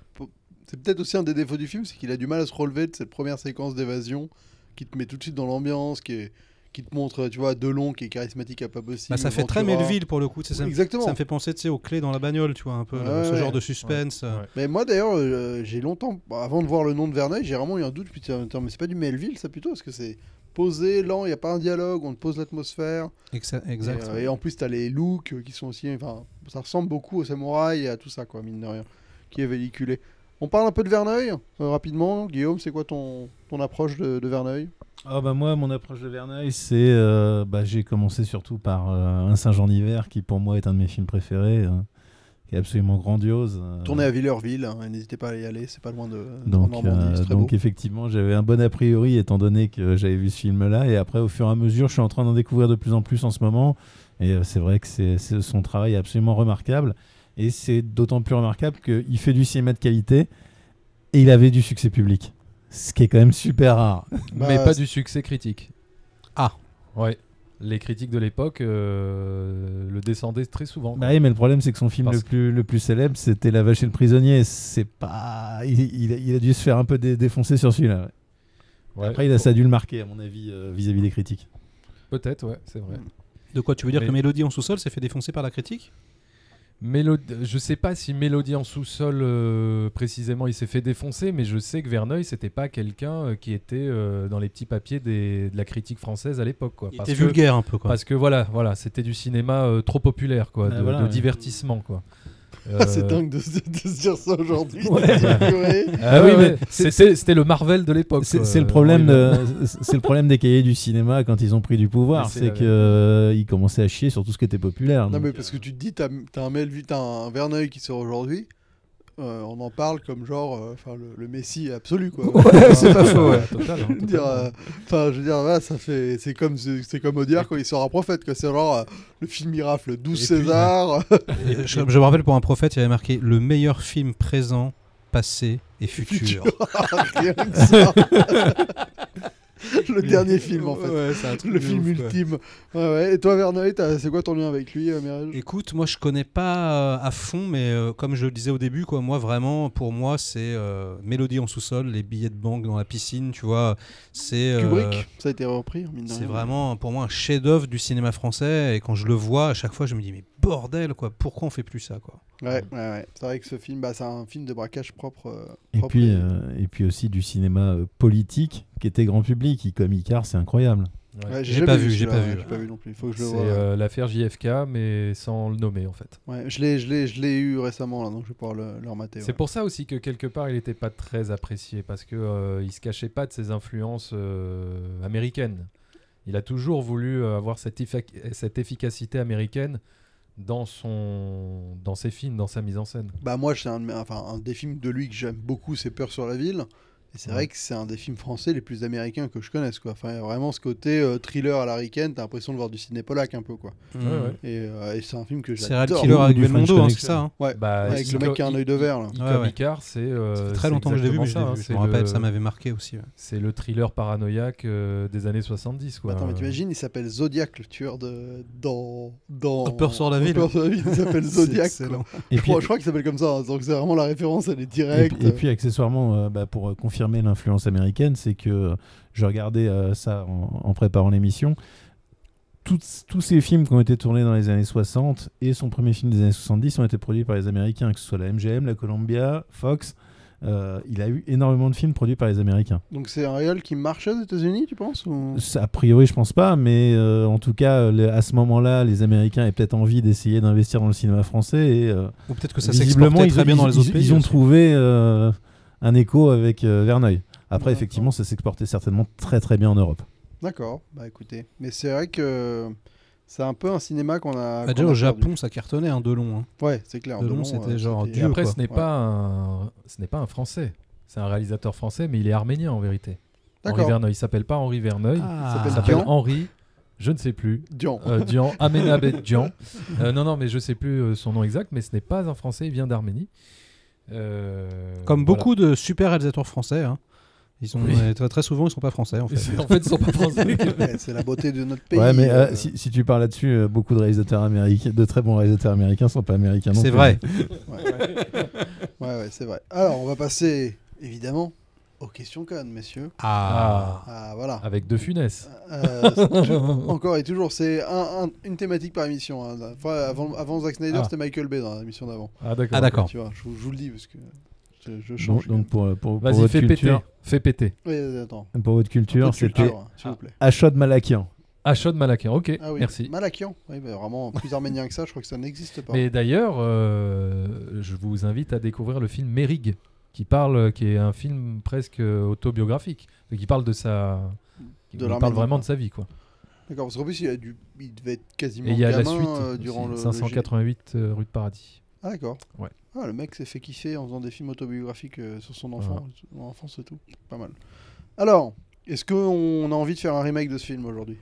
B: C'est peut-être aussi un des défauts du film, c'est qu'il a du mal à se relever de cette première séquence d'évasion qui te met tout de suite dans l'ambiance, qui, est- qui te montre, tu vois, Delon qui est charismatique à pas possible.
D: Bah, ça fait très
B: Ventura.
D: Melville pour le coup. tu sais, Ça, me-
B: Exactement.
D: ça me fait penser, tu sais, aux clés dans la bagnole, tu vois, un peu
B: Ouais,
D: là, ce
B: ouais.
D: genre de suspense. euh.
C: Ouais.
B: Mais moi d'ailleurs, euh, j'ai longtemps, bah, avant de voir le nom de Verneuil, j'ai vraiment eu un doute. Putain, attends, mais c'est pas du Melville ça plutôt Parce que c'est posé, lent, il n'y a pas un dialogue, on te pose l'atmosphère.
D: Exa-
B: Et,
D: Exact.
B: euh, et en plus, t'as les looks euh, qui sont aussi. Enfin, ça ressemble beaucoup au samouraï et à tout ça, quoi, mine de rien, qui est véhiculé. On parle un peu de Verneuil, euh, rapidement. Guillaume, c'est quoi ton, ton approche de, de Verneuil
E: Ah bah moi, mon approche de Verneuil, c'est... euh, bah, j'ai commencé surtout par euh, Un singe en hiver, qui pour moi est un de mes films préférés, euh, qui est absolument grandiose. euh,
B: Tournez à Villerville, hein, n'hésitez pas à y aller, c'est pas loin de en
E: donc,
B: Normandie,
E: euh,
B: c'est très
E: donc
B: beau.
E: effectivement, j'avais un bon a priori étant donné que j'avais vu ce film-là. Et après, au fur et à mesure, je suis en train d'en découvrir de plus en plus en ce moment. Et euh, c'est vrai que c'est, c'est- son travail est absolument remarquable. Et c'est d'autant plus remarquable qu'il fait du cinéma de qualité et il avait du succès public. ce qui est quand même super rare.
C: mais
B: Bah,
C: pas
B: c'est-
C: du succès critique.
D: Ah.
C: Ouais. Les critiques de l'époque euh, le descendaient très souvent. quoi.
E: Bah oui, mais le problème, c'est que son film
C: Parce
E: le plus, le plus célèbre, c'était La vache et le prisonnier. C'est pas. Il, il a, il a dû se faire un peu dé- défoncer sur celui-là. ouais.
C: Ouais,
E: Après, il a,
C: pour-
E: ça a dû le marquer, à mon avis, euh, vis-à-vis des critiques.
C: Peut-être, ouais, c'est vrai.
D: De quoi Tu veux dire
C: Mais-
D: que Mélodie en sous-sol s'est fait défoncer par la critique
C: Mélodie, je sais pas si Mélodie en sous-sol euh, précisément il s'est fait défoncer, mais je sais que Verneuil c'était pas quelqu'un euh, qui était euh, dans les petits papiers des- de la critique française à l'époque quoi.
D: Il
C: Parce
D: était
C: que-
D: vulgaire un peu quoi.
C: Parce que voilà, voilà, c'était du cinéma euh, trop populaire, quoi,
E: Ah,
C: de,
E: voilà,
C: de
E: ouais.
C: divertissement, quoi.
B: Ah, c'est
C: Euh,
B: dingue de, se- de se dire ça aujourd'hui.
E: Ouais.
B: Purée.
C: Ah
E: Ah
C: oui,
E: oui,
C: mais
E: mais
C: c'était c'était le Marvel de l'époque.
E: C'est
C: quoi,
E: c'est le
C: euh,
E: problème,
C: Henri
E: de- c'est- c'est le problème des cahiers du cinéma quand ils ont pris du pouvoir,
C: Mais c'est
E: c'est
C: la-
E: que euh, ils commençaient à chier sur tout ce qui était populaire.
B: Non,
E: donc. euh,
B: mais parce que tu te dis, t'as t'as un Melville, t'as un Verneuil qui sort aujourd'hui. euh, on en parle comme genre, euh, enfin le, le Messi absolu quoi.
C: Verneuil.
B: c'est pas
C: Ah,
B: faux.
C: ouais, total, hein,
B: Je veux dire,
C: totalement.
B: euh, enfin, je veux dire, voilà, ça fait, c'est comme, c'est c'est comme Audiard quand il sort un prophète, quoi. C'est genre euh, le film il rafle 12
C: Et puis,
B: César.
D: Et je, je me rappelle pour un prophète, il avait marqué le meilleur film présent, passé et futur.
B: rien que ça. le dernier film en fait, le film ultime. Ouais, ouais. Et toi Verneuil, t'as- c'est quoi ton lien avec lui, euh, Mireille
D: Écoute, moi je connais pas euh, à fond, mais euh, comme je le disais au début, quoi, moi vraiment, pour moi, c'est euh, Mélodie en sous-sol, les billets de banque dans la piscine, tu vois. C'est euh,
B: Kubrick, ça a été repris. mine de
D: C'est
B: rien.
D: vraiment pour moi un chef-d'œuvre du cinéma français. Et quand je le vois, à chaque fois, je me dis mais bordel quoi, pourquoi on fait plus ça quoi
B: Ouais, ouais, ouais. C'est vrai que ce film, bah, c'est un film de braquage propre. euh,
E: Et
B: propre
E: puis, euh, et puis aussi du cinéma euh, politique qui était grand public. Il, comme Icar, c'est incroyable.
C: Ouais.
B: Ouais,
D: j'ai pas vu, j'ai
B: celui-là,
D: pas
B: ouais,
D: vu.
B: J'ai pas vu non plus. Faut que je
C: C'est
B: le vois.
C: euh, l'affaire JFK, mais sans le nommer en fait.
B: Ouais, je l'ai, je l'ai, je l'ai eu récemment là, donc je vais pouvoir le, le remater.
C: C'est
B: ouais.
C: pour ça aussi que quelque part il n'était pas très apprécié parce que euh, il se cachait pas de ses influences euh, américaines. Il a toujours voulu euh, avoir cette, effac- cette efficacité américaine dans son dans ses films, dans sa mise en scène.
B: Bah moi, c'est un, de mes- enfin, un des films de lui que j'aime beaucoup, c'est Peur sur la ville. Et c'est
C: Ouais.
B: vrai que c'est un des films français les plus américains que je connaisse quoi. Enfin, il y a vraiment ce côté euh, thriller à la Riken, t'as l'impression de voir du ciné polac un peu quoi.
D: Mmh.
B: Et, euh, et c'est un film que
D: Serial
B: j'adore.
D: Killer
E: Ou-
D: avec
E: ou du
D: Ben
E: French
D: Mondo, hein, c'est
E: Connection.
D: ça. hein.
B: Ouais.
C: Bah,
B: Avec le
C: Ico-
B: mec qui a un
C: I-
B: œil de verre là.
C: Icom
D: Ouais, ouais.
C: Icar, c'est euh,
D: Ça fait
C: c'est
D: très longtemps que je l'ai vu, mais je, l'ai
C: exactement
D: vu, je
C: ça, hein,
D: me
C: c'est
D: rappelle,
C: le-
D: ça m'avait marqué aussi. ouais.
C: C'est le thriller paranoïaque euh, des années 70 quoi.
B: Attends, mais t'imagines, il s'appelle Zodiac, le tueur de dans dans.
D: Peur sur la ville.
B: Peur sur la ville, il s'appelle Zodiac.
D: C'est
B: quoi.
D: excellent.
E: Et
B: Je
E: puis,
B: crois, je crois qu'il s'appelle comme ça, hein, donc c'est vraiment la référence, elle est
E: Et,
B: directe.
E: puis- et puis accessoirement, euh, bah, pour euh, confirmer l'influence américaine, c'est que euh, je regardais euh, ça en, en préparant l'émission. Toutes- tous ces films qui ont été tournés dans les années 60 et son premier film des années 70 ont été produits par les Américains, que ce soit la MGM, la Columbia, Fox. Euh, il a eu énormément de films produits par les Américains.
B: Donc c'est un réel qui marchait aux États-Unis, tu penses ou-
E: Ça, A priori, je pense pas, mais euh, en tout cas, euh, le- à ce moment-là, les Américains avaient peut-être envie d'essayer d'investir dans le cinéma français et euh,
D: Ou peut-être que ça
E: Visiblement,
D: s'exportait
E: ils,
D: très
E: ont-
D: bien dans
E: ils-
D: les autres
E: ils-
D: pays. hein.
E: ils ont
D: aussi.
E: trouvé euh, un écho avec euh, Verneuil. Après,
B: D'accord.
E: effectivement, ça s'exportait certainement très très bien en Europe.
B: D'accord, bah écoutez. Mais c'est vrai que c'est un peu un cinéma qu'on a.
D: Bah,
B: qu'on
D: déjà
B: a
D: au
B: perdu.
D: Japon, ça cartonnait hein, de long. hein.
B: Ouais, c'est clair.
D: De long,
B: long,
D: c'était
B: euh,
D: genre
C: Et
D: Dieu,
C: après,
D: quoi.
C: ce n'est
B: Ouais.
C: pas un, ce n'est pas un français. C'est un réalisateur français, mais il est arménien en vérité. Henri
B: D'accord.
C: Verneuil, il s'appelle pas Henri Verneuil.
D: Ah.
C: Il
B: s'appelle
C: s'appelle
B: Dian.
C: Henri, je ne sais plus.
B: Dian.
C: euh, Dian, Amenabet Dian. Euh, non, non, mais je ne sais plus euh, son nom exact, mais ce n'est pas un français. Il vient d'Arménie. Euh,
D: Comme
C: voilà.
D: beaucoup de super réalisateurs français. hein. Ils sont
C: Oui.
D: euh, très, très souvent, ils sont pas français en fait.
C: En fait, ils sont pas français.
B: Ouais, c'est la beauté de notre pays.
E: ouais, mais euh,
B: euh,
E: si, si tu parles là-dessus, euh, beaucoup de réalisateurs américains, de très bons réalisateurs américains, sont pas américains. non
D: C'est
E: plus.
D: vrai.
B: Ouais, ouais, c'est vrai. Alors, on va passer, évidemment, aux questions connes, messieurs.
C: Ah.
B: Ah, voilà.
C: Avec De Funès.
B: Euh, c'est tou- encore et toujours, c'est un- un- une thématique par émission. hein. La fois, avant, avant Zack Snyder,
C: Ah.
B: c'était Michael Bay dans l'émission d'avant.
C: Ah d'accord.
D: Ah d'accord.
B: Tu vois, je, vous- je vous le dis parce que je, je
E: Donc,
B: change.
E: donc pour, euh, pour- pour
C: Vas-y,
E: votre
C: fais péter.
E: culture,
C: Fais péter.
B: Ouais, attends.
E: pour votre culture, c'était
B: Culture, hein, S'il vous plaît.
E: Ashod Malakian.
C: Ashod Malakian. Ok.
B: Ah oui.
C: Ah, Merci.
B: Malakian, oui, bah, vraiment plus arménien que ça, je crois que ça n'existe pas.
C: Mais d'ailleurs, euh, je vous invite à découvrir le film Mérig, qui parle, qui est un film presque euh, autobiographique, et qui parle de sa, qui
B: De
C: parle
B: l'Arménie,
C: vraiment
B: quoi.
C: de sa vie, quoi.
B: D'accord, parce qu'en plus, il, a dû- il devait être quasiment
C: Et il y a la
B: gamin
C: suite,
B: euh,
C: aussi,
B: durant le. le
C: 588 euh, rue de Paradis.
B: G- Ah, d'accord.
C: Ouais.
B: Ah, le mec s'est fait kiffer en faisant des films autobiographiques euh, sur son enfant, son enfance et tout. Pas mal. Alors, est-ce qu'on a envie de faire un remake de ce film aujourd'hui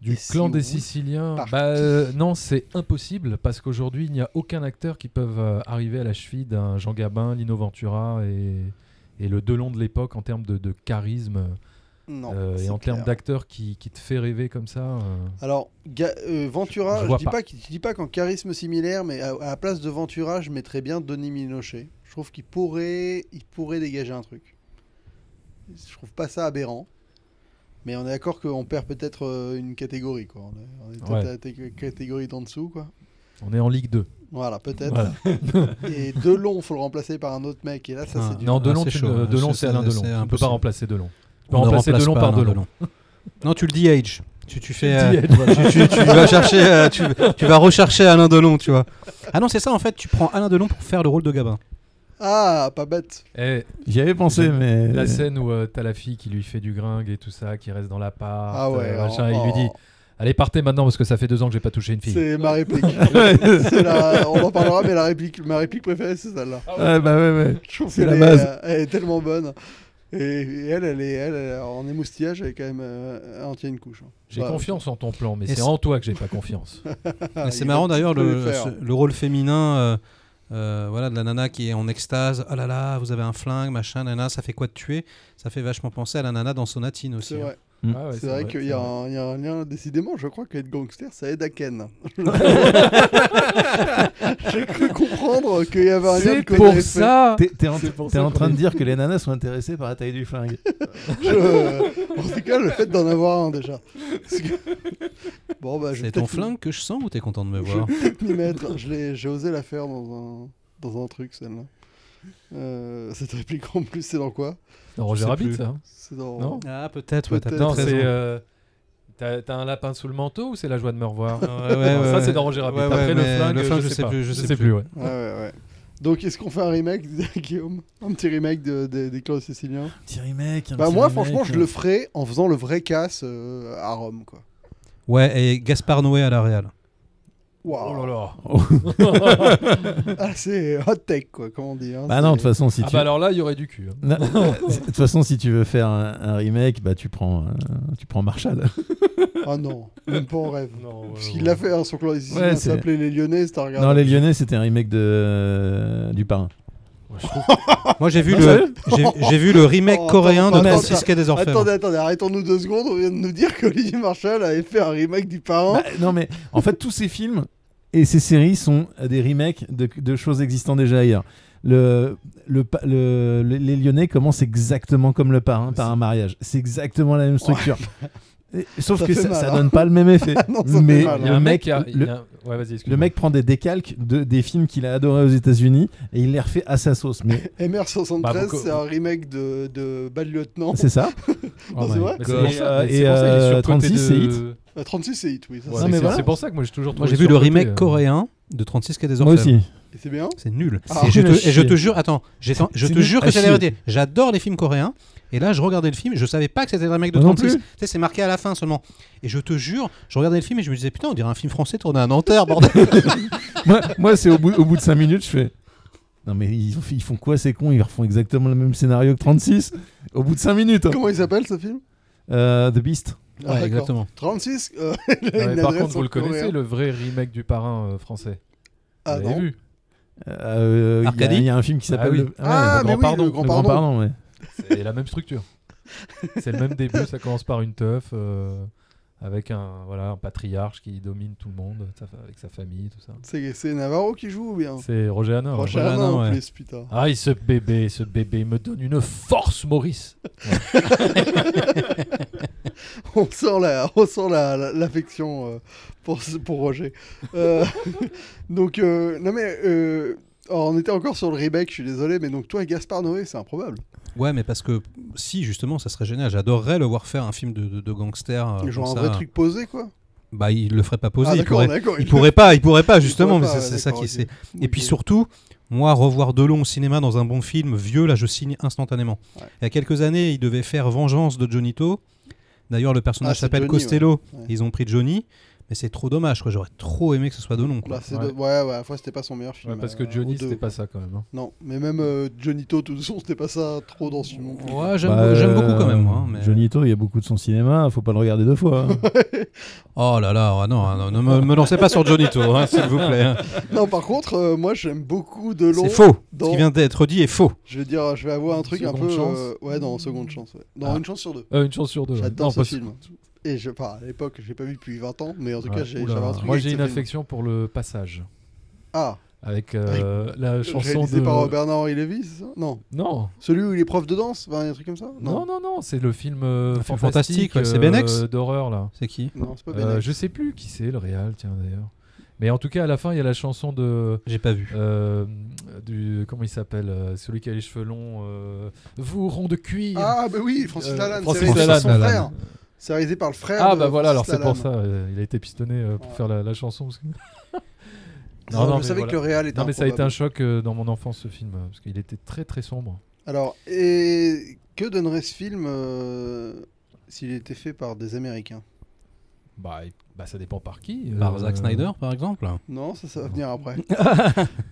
C: Du
B: Et si
C: clan des
B: oui,
C: Siciliens,
B: par
C: bah,
B: qui
C: euh, non, c'est impossible parce qu'aujourd'hui euh, il n'y a aucun acteur qui peut arriver à la cheville d'un Jean Gabin, Lino Ventura et, et le Delon de l'époque en termes de, de charisme
B: Non.
C: euh, et
B: c'est
C: en termes
B: clair.
C: d'acteur qui, qui te fait rêver comme ça. euh,
B: Alors, Ga- euh,
C: Je
B: Ventura, je,
C: vois
B: dis
C: pas.
B: pas, qu'il- je dis pas qu'en charisme similaire, mais à, à la place de Ventura, je mettrais bien Denis Minochet. Je trouve qu'il pourrait, il pourrait dégager un truc. Je trouve pas ça aberrant. Mais on est d'accord qu'on perd peut-être euh, une catégorie, quoi. On est- On est, peut-être
C: Ouais.
B: à la t- catégorie d'en dessous, quoi.
C: on est en Ligue 2.
B: Voilà, peut-être.
C: Voilà.
B: Et Delon, faut le remplacer par un autre mec. Et là, ça,
D: Ah.
B: c'est du.
C: Non,
D: Ah,
C: Delon,
D: c'est
C: tu
D: chaud,
C: ne-
D: hein.
C: Delon,
D: C'est
C: c'est l'un
D: ça,
C: Delon.
D: c'est
C: Tu ne peux
D: impossible.
C: pas remplacer Delon. Tu peux
D: On ne
C: remplacer
D: remplace
C: Delon
D: pas,
C: par
D: non,
C: Delon.
D: Non, tu le de-age. Tu, tu fais.
E: Ah.
D: euh,
C: Dis, Ed, voilà.
D: tu, tu- tu vas chercher, euh, tu, tu vas rechercher Alain Delon, tu vois. Ah non, c'est ça en fait, tu prends Alain Delon pour faire le rôle de Gabin.
B: Ah, pas bête.
C: Eh,
E: J'y avais pensé, mais.
C: la scène où euh, t'as la fille qui lui fait du gringue et tout ça, qui reste dans l'appart,
B: Ah ouais.
C: euh,
B: oh,
C: machin, et il lui dit
B: oh.
C: Allez, partez maintenant parce que ça fait deux ans que j'ai pas touché une fille.
B: C'est ma réplique. C'est la- On en parlera, mais la réplique, ma réplique préférée, c'est celle-là.
E: Ah, bah ouais, ouais.
B: Je trouve
E: C'est
B: qu'elle
E: la
B: est,
E: base.
B: euh, elle est tellement bonne. Et, et elle, elle est, elle, elle- en émoustillage, elle est quand même euh, elle en tient une couche. hein.
C: J'ai
B: Ouais.
C: confiance en ton plan, mais
D: Et
C: c'est
D: c'est-
C: en toi que j'ai pas confiance.
B: Ah,
D: Mais c'est
B: il
D: marrant
B: va
D: d'ailleurs
B: tout
D: le,
B: le faire.
D: ce- le rôle féminin euh, euh, voilà, de la nana qui est en extase. Ah là là, vous avez un flingue, machin, nana, ça fait quoi de tuer Ça fait vachement penser à la nana dans Sonatine aussi.
B: C'est
D: hein.
B: vrai,
C: Ah ouais,
B: c'est vrai qu'il y,
C: c'est
B: a
C: vrai.
B: un- il y a un lien, décidément, je crois qu'être gangster, ça aide à Ken. J'ai cru comprendre qu'il y avait un lien de
C: C'est
B: cause à
C: pour
B: effet.
C: ça
E: T'es t'es en,
B: C'est pour
E: t'es
B: ça
E: en
B: qu'on
E: train de
B: est-
E: dire que les nanas sont intéressées par la taille du flingue.
B: Je- En tout cas, le fait d'en avoir un déjà. Parce que- Bon, bah, je vais
D: C'est ton
B: peut-être
D: flingue que je sens ou t'es content de me
B: Je-
D: voir
B: m'y mettre. Je l'ai- J'ai osé la faire dans un, dans un truc, celle-là. Euh, cette réplique en plus, c'est dans quoi
C: Non, Roger
D: Je sais
C: Rabbit,
D: plus.
C: ça. hein.
B: C'est dans.
C: Non
D: Ah peut-être, ouais, t'as
B: Peut-être.
D: peut-être
C: Non,
D: raison.
C: c'est. euh, T'as t'as un lapin sous le manteau ou c'est la joie de me revoir
D: euh, Ouais, ouais,
C: Non, Ça,
D: ouais.
C: c'est dans Roger Rabbit.
D: Ouais, ouais,
C: Après, le
D: mais
C: flingue,
D: le flingue,
C: je, sais pas.
D: plus, je sais plus.
C: plus, ouais.
B: Ah Ouais, ouais, ouais. Donc, est-ce qu'on fait un remake, Guillaume Un petit remake de, de- des Claude Sicilien
E: Petit remake. un
B: Bah,
E: petit
B: moi,
E: remake,
B: franchement, je
E: euh.
B: le ferais en faisant le vrai casse euh, à Rome, quoi.
D: Ouais, et Gaspard Noé à la Real.
C: Oh
B: Waouh
C: là là
B: Ah, C'est hot tech, quoi, comment on dit. hein,
E: Bah non, de toute
B: c'est-
E: façon, si
C: Ah
E: tu.
C: bah alors là, il y aurait du cul. hein.
E: Non, De toute façon, si tu veux faire un, un remake, bah tu prends, euh, tu prends Marshall.
B: Ah non, même pas en rêve.
C: Non,
B: Parce qu'il l'a fait, hein, son Claude Sicilien
E: Ouais, c'est-
B: s'appelait Les Lyonnais, t'as regardé.
E: Non, les Lyonnais, c'était un remake de euh, du Parrain.
D: Moi j'ai vu,
E: Non,
D: le, j'ai- j'ai vu le remake
B: Oh, attends,
D: coréen de
B: attends,
D: Francis Quai des Orfèvres.
E: hein.
B: Attendez, attendez, arrêtons-nous deux secondes. On vient de nous dire qu'Olivier Marshall avait fait un remake du parrain.
E: Bah, non, mais en fait, tous ces films et ces séries sont des remakes de, de choses existant déjà ailleurs. Le, le, pa- le- le- les Lyonnais commencent exactement comme le parrain par un mariage. C'est exactement la même structure. Et- Sauf
B: Ça
E: que
B: fait
E: ça,
B: mal,
E: ça
B: hein.
E: donne pas le même effet.
B: Non, ça fait
E: mais
B: mal, hein.
C: Il y a
E: le
C: un
E: mec,
C: mec qui a. il y
E: le,
C: a un- Ouais, vas-y, excuse-moi.
E: le mec prend des décalques de, des films qu'il a adorés aux États-Unis et il les refait à sa sauce. Mais
B: MR73,
C: Bah, beaucoup-
D: euh,
B: c'est un remake de, de Bad Lieutenant.
E: c'est ça.
B: Non, Ah, c'est vrai
C: Mais
E: God.
C: pour ça-
E: Euh,
C: mais
E: et,
C: c'est pour ça, il est
E: euh,
C: surcoté
E: 36,
C: de-
E: c'est
B: Euh, 36, c'est hit, oui. ça,
C: Ouais,
B: c'est-
E: mais
C: c'est-
E: voilà.
C: C'est pour ça que moi j'ai toujours
D: Moi
C: trouvé.
D: j'ai vu le
C: surcoté,
D: remake
C: euh.
D: coréen de 36 Quai des
E: Moi
D: Orfèvres.
E: aussi.
B: Et c'est bien
D: C'est nul.
B: Ah.
D: et, je
E: Nul à
D: te, et je te
E: chier.
D: jure, attends, j'ai
E: C'est-
D: je
E: c'est
D: te
E: nul
D: jure
E: à
D: que c'est Ah, la
E: chier.
D: vérité. J'adore les films coréens. Et là, je regardais le film, je savais pas que c'était un mec de
E: Moi non
D: 36.
E: plus.
D: Tu sais, c'est marqué à la fin seulement. Et je te jure, je regardais le film et je me disais, putain, on dirait un film français tourné à Nanterre, bordel.
E: moi, moi, c'est au bout, au bout de 5 minutes, je fais. Non, mais ils, ont fait- ils font quoi ces cons Ils refont exactement le même scénario que 36 au bout de 5 minutes. hein.
B: Comment il s'appelle ce film
E: Euh, The Beast.
B: Ah, d'accord. 36 euh, il a
C: Ouais,
B: une
C: Par
B: adresse
C: contre, vous
B: en
C: le connaissez,
B: coréen.
C: le vrai remake du parrain euh, français.
B: Ah
C: vous l'avez
B: non.
C: vu
E: Euh, Il y a-
D: Arcadie
E: il y, a un film qui
C: Ah
E: s'appelle
C: oui.
E: le...
B: Ah,
E: le
B: mais
E: Grand
B: oui,
E: Pardon.
B: le Grand
E: Grand
B: Pardon.
E: Pardon, ouais.
C: C'est la même structure. C'est le même début, ça commence par une teuf euh, avec un, voilà, un patriarche qui domine tout le monde sa- avec sa famille, tout ça.
B: C'est c'est Navarro qui joue ou bien
C: C'est Roger Hanna. ouais.
B: Prochain
D: Roger Hanin,
B: en
D: Oh, ouais.
B: plus, putain.
C: Ah, et ce bébé, ce bébé me donne une force, Maurice.
B: On sent la, on sent la- la- l'affection euh, pour, ce- pour Roger. Euh, donc, euh, non mais, euh, alors, on était encore sur le remake, je suis désolé, mais donc toi, Gaspard Noé, c'est improbable.
D: Ouais, mais parce que si, justement, ça serait génial. J'adorerais le voir faire un film de, de, de gangster. euh,
B: Genre
D: comme
B: un
D: ça.
B: vrai truc posé, quoi.
D: Bah, il le ferait pas poser.
B: ah,
D: il,
B: d'accord,
D: pourrait,
B: d'accord.
D: il pourrait pas, il pourrait pas,
B: il
D: justement.
B: pourrait pas,
D: mais c'est c'est ça
B: d'accord,
D: qui
B: ok.
D: c'est. Et
B: Ok.
D: puis surtout, moi, revoir Delon au cinéma dans un bon film vieux, là, je signe instantanément.
B: Ouais.
D: Il y a quelques années, il devait faire Vengeance de Johnny To. D'ailleurs, le personnage
B: Ah, c'est
D: s'appelle
B: Johnny,
D: Costello.
B: ouais. Ouais.
D: Ils ont pris Johnny. Mais c'est trop dommage, quoi. J'aurais trop aimé que ce soit de long.
B: Bah,
D: Quoi.
B: c'est
C: Ouais.
B: de- ouais, ouais, à la fois c'était pas son meilleur film.
C: Ouais, parce
B: euh,
C: que
B: ou
C: Johnny,
B: deux.
C: c'était pas ça quand même. hein.
B: Non, mais même euh, Johnny To, tout son, c'était pas ça trop dans son nom.
D: Ouais, j'aime
E: Bah,
D: j'aime beaucoup quand même.
E: euh,
D: hein, mais-
E: Johnny To, il y a beaucoup de son cinéma, faut pas le regarder deux fois. hein.
D: Oh là là, ah non, ah non, ne me, me lancez pas sur Johnny To, hein, s'il vous plaît.
B: non, par contre, euh, moi j'aime beaucoup Delon.
D: C'est faux. Ce
B: Dans...
D: qui vient d'être dit est faux.
B: Je vais dire, je vais avoir un truc un
C: Seconde
B: peu.
C: chance.
B: euh, Ouais, dans Seconde Chance. Ouais. Dans
D: Ah.
B: Une Chance sur deux.
C: Euh, une chance sur deux. ouais.
B: J'adore
C: Non,
B: ce
C: parce-
B: film. Et je, enfin, à l'époque, j'ai pas vu depuis 20 ans, mais en tout
C: Ouais.
B: cas, j'ai-
C: Oula.
B: j'avais un truc.
C: Moi,
B: avec
C: j'ai
B: ce
C: une
B: film.
C: affection pour le passage.
B: Ah,
C: Avec euh, la chanson
B: réalisé
C: de.
B: par euh, Bernard-Henri Lévy, c'est ça Non.
C: Non,
B: Celui où il est prof de danse enfin, Un truc comme ça
C: non, non, non, c'est le film euh,
D: Un film
C: fantastique,
D: fantastique, ouais, c'est Ben Hex
C: euh, d'horreur là.
D: C'est qui
B: Non, c'est pas
C: Euh,
B: Ben Affleck.
C: je sais plus qui c'est le réal, tiens d'ailleurs. Mais en tout cas, à la fin, il y a la chanson de
D: J'ai pas vu.
C: euh, du comment il s'appelle, euh, celui qui a les cheveux longs, euh, vous rond de cuir.
B: Ah, bah oui, Francis
C: Euh,
B: Lalanne.
C: Francis
B: c'est réalisé par
C: Lalanne,
B: son
C: Lalanne.
B: frère. C'est réalisé par le frère.
C: Ah,
B: de
C: bah voilà, alors
B: Francis
C: c'est pour
B: Lalanne.
C: ça, euh, il a été pistonné euh, pour
B: Ouais.
C: faire la, la chanson. parce que-
B: Non,
C: Non, non,
B: je
C: mais
B: savais
C: voilà.
B: que le réal était
C: Non, mais ça a été un
B: improbable.
C: choc euh, dans mon enfance ce film, euh, parce qu'il était très très sombre.
B: Alors, et que donnerait ce film euh, s'il était fait par des Américains
C: Bah, il- bah, ça dépend par qui. euh,
D: Par Zack Snyder, par exemple.
B: Non, ça, ça va venir après.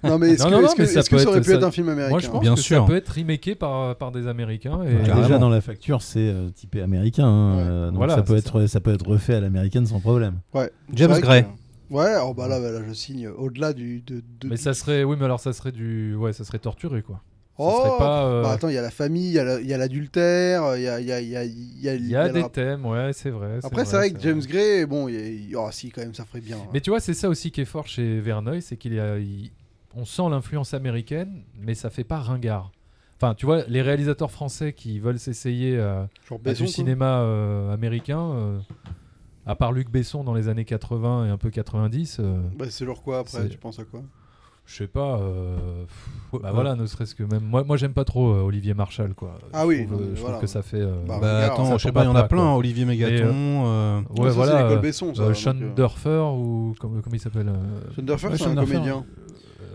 B: non, mais est-ce
C: Non,
B: que,
C: non,
B: est-ce
C: non,
B: que-
C: mais ça
B: est-ce que
C: peut
B: ça aurait
C: être-
B: pu être
C: ça-
B: un film américain
C: Moi, je pense
D: Bien
C: que
D: sûr.
C: ça peut être remaké par, par des Américains. Et...
E: Bah, déjà
D: Carrément.
E: dans la facture, c'est euh, typé américain. hein,
B: Ouais.
E: euh, donc
C: Voilà,
E: ça peut
C: c'est
E: être ça peut être refait à l'américaine sans problème.
B: Ouais. C'est
D: James
B: vrai que-
D: Gray.
B: Ouais, alors bah là, bah là, je signe au-delà du. De, de-
C: Mais ça serait, oui, mais alors ça serait du, ouais, ça serait torturé quoi.
B: Oh,
C: ça serait pas. euh,
B: bah attends, il y a la famille, il y a la- il y a l'adultère, il y a, il y, a, il y, a, il y a-
C: Il
B: il
C: y
B: y
C: a
B: a le
C: des
B: rap-
C: thèmes, ouais, c'est vrai. c'est
B: Après, c'est vrai que James Gray, bon, il y a- oh, si, quand même, ça ferait bien.
C: Mais tu vois, c'est ça aussi qui est fort chez Verneuil, c'est qu'il y a, il- on sent l'influence américaine, mais ça fait pas ringard. Enfin, tu vois, les réalisateurs français qui veulent s'essayer euh,
B: Genre
C: à
B: Besson,
C: du
B: quoi.
C: cinéma euh, américain, euh, à part Luc Besson dans les années 80 et un peu 90, euh,
B: Bah, c'est leur quoi après
C: C'est-
B: Tu penses à quoi
C: je sais pas. euh, pff, bah
D: Ouais.
C: voilà, ne serait-ce que même moi, moi j'aime pas trop euh, Olivier Marshall quoi.
B: Ah
C: Je
B: oui,
C: trouve,
B: non,
C: euh,
B: mais
C: je trouve
B: voilà.
C: que ça fait. euh,
B: Bah,
D: Bah
B: regarde,
D: attends,
C: ça
D: je sais
C: tombe
D: pas, il y en a
C: pas,
D: plein.
C: quoi.
D: Olivier Mégaton. euh,
C: ouais,
B: Ça, C'est
C: voilà.
B: l'école
C: euh,
B: Besson, ça.
C: Euh,
B: donc,
C: Sean
B: euh,
C: Durfer ou comme- comment il s'appelle euh,
B: Sean Durfer,
E: Ouais,
B: c'est
E: Sean
B: un
E: Durfer.
B: comédien.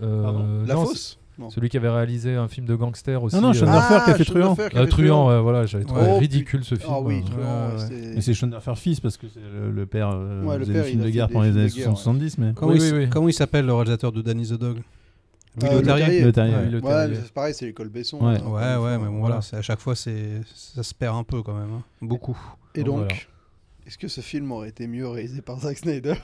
C: euh,
E: Pardon
B: La
C: non,
B: fausse
C: c'est- Celui qui avait réalisé un film de gangster aussi.
E: Non, non, Sean
C: euh,
E: Durfer qui a fait
B: Sean
E: Truand.
B: Durfer Ah, qui a
C: euh,
B: fait
C: Truand, ouais, voilà, j'avais trouvé
B: Oh,
C: ridicule ce film.
B: Ah oui,
C: euh.
B: Truand,
D: ouais, ouais.
B: c'est-
E: Et c'est Schoenderfer fils parce que c'est le, le père euh,
B: Ouais, le
E: faisait
B: père,
E: des films
B: il a
E: de
B: fait
E: guerre
B: des
E: pendant les
B: films de
E: années
B: guerre, ouais.
E: 70 mais
D: Comment,
C: Oui,
D: il s-
C: oui, oui.
D: comment il s'appelle le réalisateur de Danny the Dog Louis
B: Euh,
D: Le
B: le
D: Terrier.
B: Terrier.
E: le Terrier.
C: Ouais, le
B: Ouais,
C: terrier.
B: mais c'est pareil, c'est l'école Besson.
E: Ouais.
B: hein,
D: Ouais,
B: encore
D: ouais,
B: une
D: mais
B: fois.
D: bon, voilà, c'est- à chaque fois, c'est ça se perd un peu quand même. hein. Beaucoup.
B: Et
C: Donc,
B: donc,
C: voilà.
B: est-ce que ce film aurait été mieux réalisé par Zack Snyder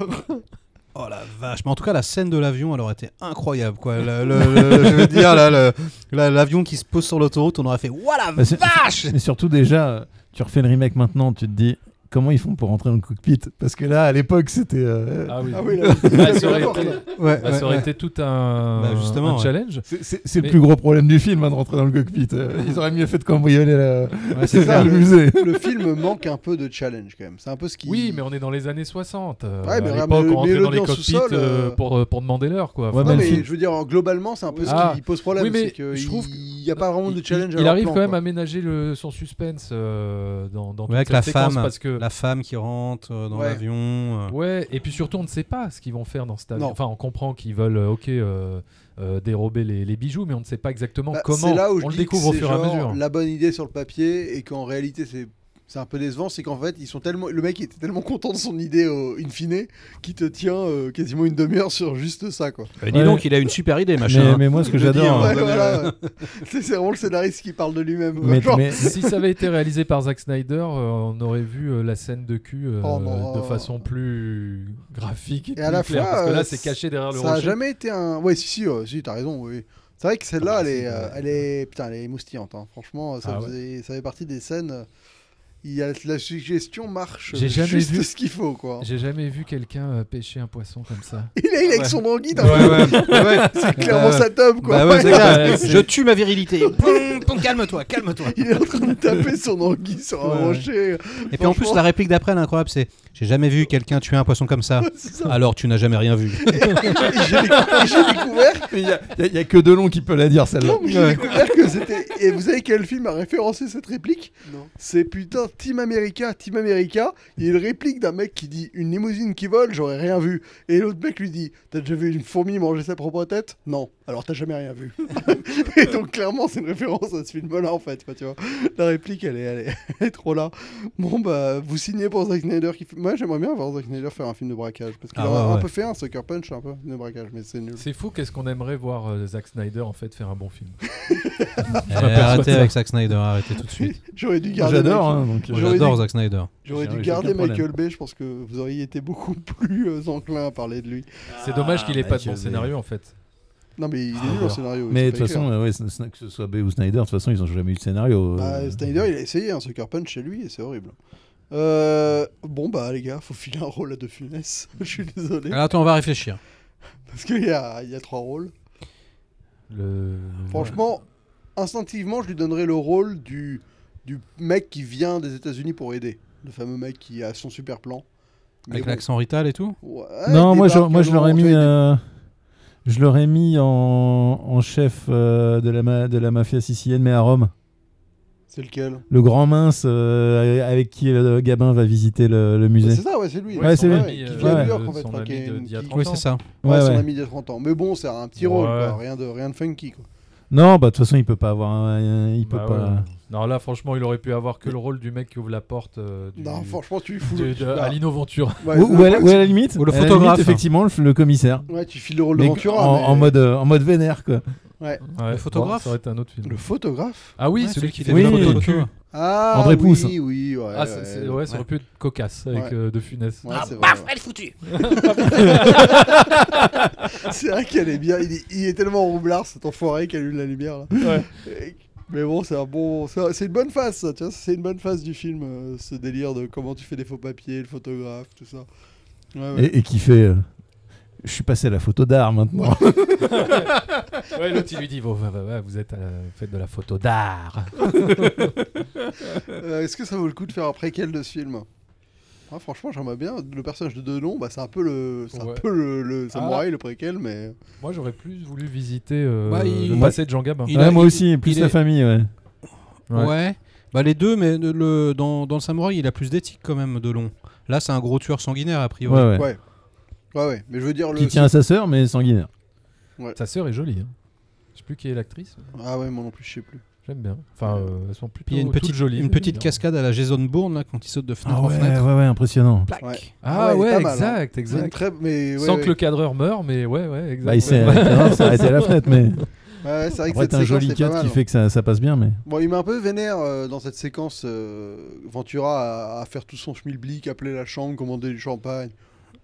D: Oh la vache, mais en tout cas, la scène de l'avion, elle aurait été incroyable, quoi. Le- le- le- je veux dire, là, le- la- l'avion qui se pose sur l'autoroute, on aurait fait Ouah la
E: Bah, c'est-
D: vache
E: Mais surtout déjà, euh, tu refais le remake maintenant, tu te dis comment ils font pour rentrer dans le cockpit Parce que là, à l'époque, c'était. euh,
C: Ah oui.
B: Ah oui, là, c'est-
C: Ah, ça aurait été,
D: Ouais,
C: ah, ça aurait été tout un,
D: Bah, justement,
C: un
D: ouais.
C: challenge.
E: c'est- C'est c'est
C: Mais-
E: le plus gros problème du film, hein, de rentrer dans le cockpit. Euh, Ils auraient mieux fait de cambrioler la-
B: c'est ça,
E: le
B: le-
E: musée.
B: Le film manque un peu de challenge quand même. C'est un peu ce qui.
C: Oui, mais on est dans les années 60. euh,
B: Ouais, mais
C: à
B: regarde,
C: l'époque,
B: mais-
C: on
B: mais
C: rentrait
B: le
C: dans les
B: dans le
C: cockpits
B: sous-sol,
C: euh,
B: euh,
C: pour, euh, pour demander l'heure. Quoi.
E: Ouais,
B: Non,
E: mais le
B: mais
E: film-
B: je veux dire, globalement, c'est un peu
C: Ah.
B: ce qui pose problème.
C: Oui, mais
B: c'est que
C: je
B: il-
C: trouve que-
B: il n'y a pas vraiment de
C: il-
B: challenge.
C: Il,
B: à leur
C: arrive
B: plan,
C: quand même
B: quoi.
C: à ménager le, son suspense euh, dans, dans
D: Ouais,
C: toute
D: avec la
C: cette séquence,
D: femme.
C: parce que
D: La femme qui rentre euh, dans
B: Ouais.
D: l'avion. euh.
C: Ouais, et puis surtout, on ne sait pas ce qu'ils vont faire dans cet avion.
B: Non.
C: Enfin, on comprend qu'ils veulent, euh, ok, euh, euh, dérober les, les bijoux, mais on ne sait pas exactement
B: Bah,
C: comment.
B: C'est là où je
C: on le
B: dis que
C: découvre au
B: c'est
C: fur et à
B: genre
C: mesure.
B: La bonne idée sur le papier et qu'en réalité, c'est. C'est un peu décevant, c'est qu'en fait, ils sont tellement, le mec était tellement content de son idée au in fine qu'il te tient euh, quasiment une demi-heure sur juste ça. Quoi.
D: Bah,
E: Ouais.
D: il a une super idée,
E: Mais, mais moi, ce que
D: Je le dis,
E: j'adore.
D: hein,
E: hein,
B: Ouais, voilà, ouais. c'est c'est vraiment le scénariste qui parle de lui-même.
E: mais-
B: Genre,
E: mais-
C: si ça avait été réalisé par Zack Snyder, euh, on aurait vu euh, la scène de cul euh,
B: Oh, non.
C: de façon plus graphique et,
B: Et à
C: plus
B: la
C: claire,
B: fois,
C: parce que là,
B: euh,
C: c'est caché derrière le
B: Ça a
C: rocher.
B: jamais été un. Ouais, si, si, euh, si t'as raison, oui. C'est vrai que celle-là,
C: Ah,
B: elle, est,
C: si,
B: euh,
C: ouais.
B: elle est. Putain, elle est moustillante. hein. Franchement, ça,
C: Ah ouais.
B: faisait- ça fait partie des scènes. euh, Il y a... La suggestion marche
C: J'ai
B: euh,
C: jamais
B: juste
C: vu-
B: ce qu'il faut, quoi.
C: J'ai jamais vu quelqu'un euh, pêcher un poisson comme ça.
B: Il est, il est avec
D: Ouais.
B: son anguille, hein.
D: Ouais, ouais, ouais.
B: c'est clairement
D: ouais.
B: sa tome, quoi.
D: Bah ouais, c'est clair.
C: Ouais, c'est-
D: Je tue ma virilité. Poum, poum, calme-toi, calme-toi.
B: Il est en train de taper son anguille sur un
D: Ouais, ouais.
B: rocher.
D: Et puis en plus,
B: Franchement.
D: la réplique d'après, elle est incroyable, c'est J'ai jamais vu quelqu'un tuer un poisson comme ça.
B: C'est ça.
D: Alors tu n'as jamais rien vu.
B: Et J'ai décou- et j'ai découvert,
E: Il y, a- il y a- il y a que Delon qui peut la dire celle-là.
B: non, mais j'ai découvert que c'était. Et vous savez quel film a référencé cette réplique
F: Non.
B: C'est putain, putain, Team America, Team America. Il y a une réplique d'un mec qui dit une limousine qui vole, j'aurais rien vu. Et l'autre mec lui dit T'as déjà vu une fourmi manger sa propre tête Non, alors t'as jamais rien vu. et donc, clairement, c'est une référence à ce film-là, en fait. quoi, tu vois. La réplique, elle est, elle, est, elle est trop là. Bon, bah, vous signez pour Zack Snyder. Qui... fait- Moi, j'aimerais bien voir Zack Snyder faire un film de braquage. Parce qu'il
D: Ah
B: en a
D: ouais,
B: un
D: ouais.
B: peu fait un, Sucker Punch, un peu, de braquage, mais c'est nul.
C: C'est fou, qu'est-ce qu'on aimerait voir euh, Zack Snyder en fait faire un bon film.
B: Ah,
D: Eh,
C: m'aperçois
D: arrêtez
C: de ça.
D: avec Zack Snyder, arrêtez tout de suite.
B: J'aurais dû garder.
E: J'adore.
B: Michael-
E: hein, donc, euh,
B: J'aurais
D: J'adore
B: dit-
D: Zack Snyder.
B: J'aurais
E: J'ai-
B: dû
E: j'ai
B: garder
E: aucun problème.
B: Michael Bay, je pense que vous auriez été beaucoup plus euh, enclin à parler de lui.
C: C'est dommage qu'il ait
D: Ah,
C: pas de bon
E: Michael Bay.
C: scénario en fait.
B: Non, mais il est
E: Ah,
B: nul en
E: alors.
B: scénario.
E: Mais
B: c'est
E: de
B: pas
E: toute façon,
B: écrit. hein.
E: euh, ouais, Sn- Sn- que ce soit Bay ou Snyder, de toute façon, ils ont jamais eu de scénario.
B: Bah,
E: euh.
B: Snyder, il a essayé un Sucker Punch chez lui et c'est horrible. Euh, bon, bah, les gars, faut filer un rôle à De Funès. je suis désolé.
E: Ah.
D: Alors, Ah, attends, on va réfléchir.
B: Parce qu'il y a, il y a trois rôles.
C: Le...
B: Franchement, instinctivement, je lui donnerais le rôle du, du mec qui vient des États-Unis pour aider. Le fameux mec qui a son super plan. Mais
D: Avec
B: bon.
D: l'accent rital et tout
B: Ouais,
E: non,
B: il
E: moi, je,
B: débarque
E: moi,
B: à
E: je l'aurais
B: Los
E: mis.
B: Angeles.
E: euh, Je l'aurais mis en, en chef euh, de, la ma- de la mafia sicilienne, mais à Rome.
B: C'est lequel
E: Le grand mince euh, avec qui euh, Gabin va visiter le, le
B: Bah,
E: musée.
B: C'est ça, ouais, c'est lui.
E: Ouais, c'est
C: son
E: lui.
B: Qui
C: ami, euh,
B: vient de
E: ouais.
B: New York, en fait.
C: son
B: enfin, qui
C: ami
B: est-
C: de- d'il y a
B: qui-
C: 30
D: Oui,
C: ans.
D: c'est ça.
B: Ouais,
E: Ouais,
B: son
E: ouais.
B: ami de 30 ans. Mais bon, c'est un petit rôle,
C: Ouais.
B: quoi. Rien de, rien de funky, quoi.
E: Non, bah de toute façon, il peut pas avoir. un- il peut
C: Bah
E: pas.
C: ouais. Non, là, franchement, il aurait pu avoir que le rôle du mec qui ouvre la porte euh, du-
B: Non, franchement, tu lui fous.
C: de- de-
B: bah,
C: à Lino Ventura.
B: ouais,
E: Ou,
B: le
E: ou à, la-
B: problème,
E: ou à la limite,
D: Ou le
E: à la limite,
D: photographe.
E: effectivement, le, le commissaire.
B: c'est- Ouais, tu files le rôle de
E: Mais
B: Ventura.
E: en,
B: mais-
E: en mode, euh, en mode vénère, quoi.
C: Ouais,
D: photographe
C: Ça aurait été un autre film.
B: Le photographe
C: Ah oui,
D: Ouais,
C: celui qui
E: fait
C: fait
E: des
C: des
E: photos
C: photos
E: de
C: de cul.
D: cul.
B: Ah,
E: André
B: oui,
E: Pousse.
B: Oui, ouais.
C: Ah, c'est- c'est- ouais, ça aurait pu être cocasse avec
B: Ouais.
C: euh, De Funès.
B: Ouais,
F: ah,
B: c'est vrai,
F: paf,
B: ouais.
F: elle est foutue.
B: C'est vrai qu'elle est bien. Il est, il est tellement roublard, cet enfoiré, qui allume la lumière. Là. Et- Mais bon, c'est un bon, c'est un- c'est une bonne face, ça. tu vois, C'est une bonne face du film, euh, ce délire de comment tu fais des faux papiers, le photographe, tout ça. Ouais, ouais.
E: Et, et qui fait. euh, je suis passé à la photo d'art maintenant.
C: Ouais, l'autre il lui dit Bon, va, va, va, vous êtes à la fête de la photo d'art.
B: Euh, Est-ce que ça vaut le coup de faire un préquel de ce film Ah, Franchement, j'aimerais bien. Le personnage de Denon, bah, c'est un peu le, c'est un
C: Ouais.
B: peu le, le samouraï,
C: Ah.
B: le préquel, mais
C: Moi j'aurais plus voulu visiter euh,
D: Bah, il-
C: le passé de Jean Gabin.
D: Il
E: Ouais,
D: a-
E: moi
D: il-
E: aussi, plus
D: il
E: la
D: est-
E: famille, ouais.
C: Ouais.
D: Ouais. Bah les deux, mais le- le, dans, dans le samouraï, il a plus d'éthique quand même, de long. Là, c'est un gros tueur sanguinaire, a
E: Ouais,
D: priori.
E: ouais.
B: ouais, ouais, ouais. Mais je veux dire le.
E: Qui tient à sa sœur, mais sanguinaire.
C: Sa sœur est jolie. Hein. Je sais plus qui est l'actrice.
B: Ah ouais, moi non plus, je sais plus.
C: J'aime bien. Enfin, euh, elles sont plutôt
D: Puis il y a une
C: toutes
D: petite,
C: jolies.
D: une petite
C: D'ailleurs.
D: cascade à la Jason Bourne, là, quand il saute de fenêtre
E: Ah
D: en
E: ouais, ouais,
D: fenêtre.
E: ouais, impressionnant.
D: Plac.
B: Ouais.
C: Ah
B: Ouais,
C: ouais,
B: elle est pas mal, hein.
C: exact,
B: C'est une
C: exact.
B: très. Mais ouais,
C: Sans
B: ouais.
C: que le cadreur meure, mais ouais, ouais, exact.
E: Bah, il s'est
C: Ouais.
E: il s'est arrêté à la fenêtre, mais.
B: Ouais, ouais, c'est vrai que
E: Après,
B: cette
E: t'as un
B: séquence
E: joli
B: est
E: cut
B: pas mal. hein.
E: qui fait que ça, ça passe bien, mais.
B: Bon, il m'a un peu vénère euh, dans cette séquence. euh, Ventura à, à faire tout son schmilblick, appeler la chambre, commander du champagne.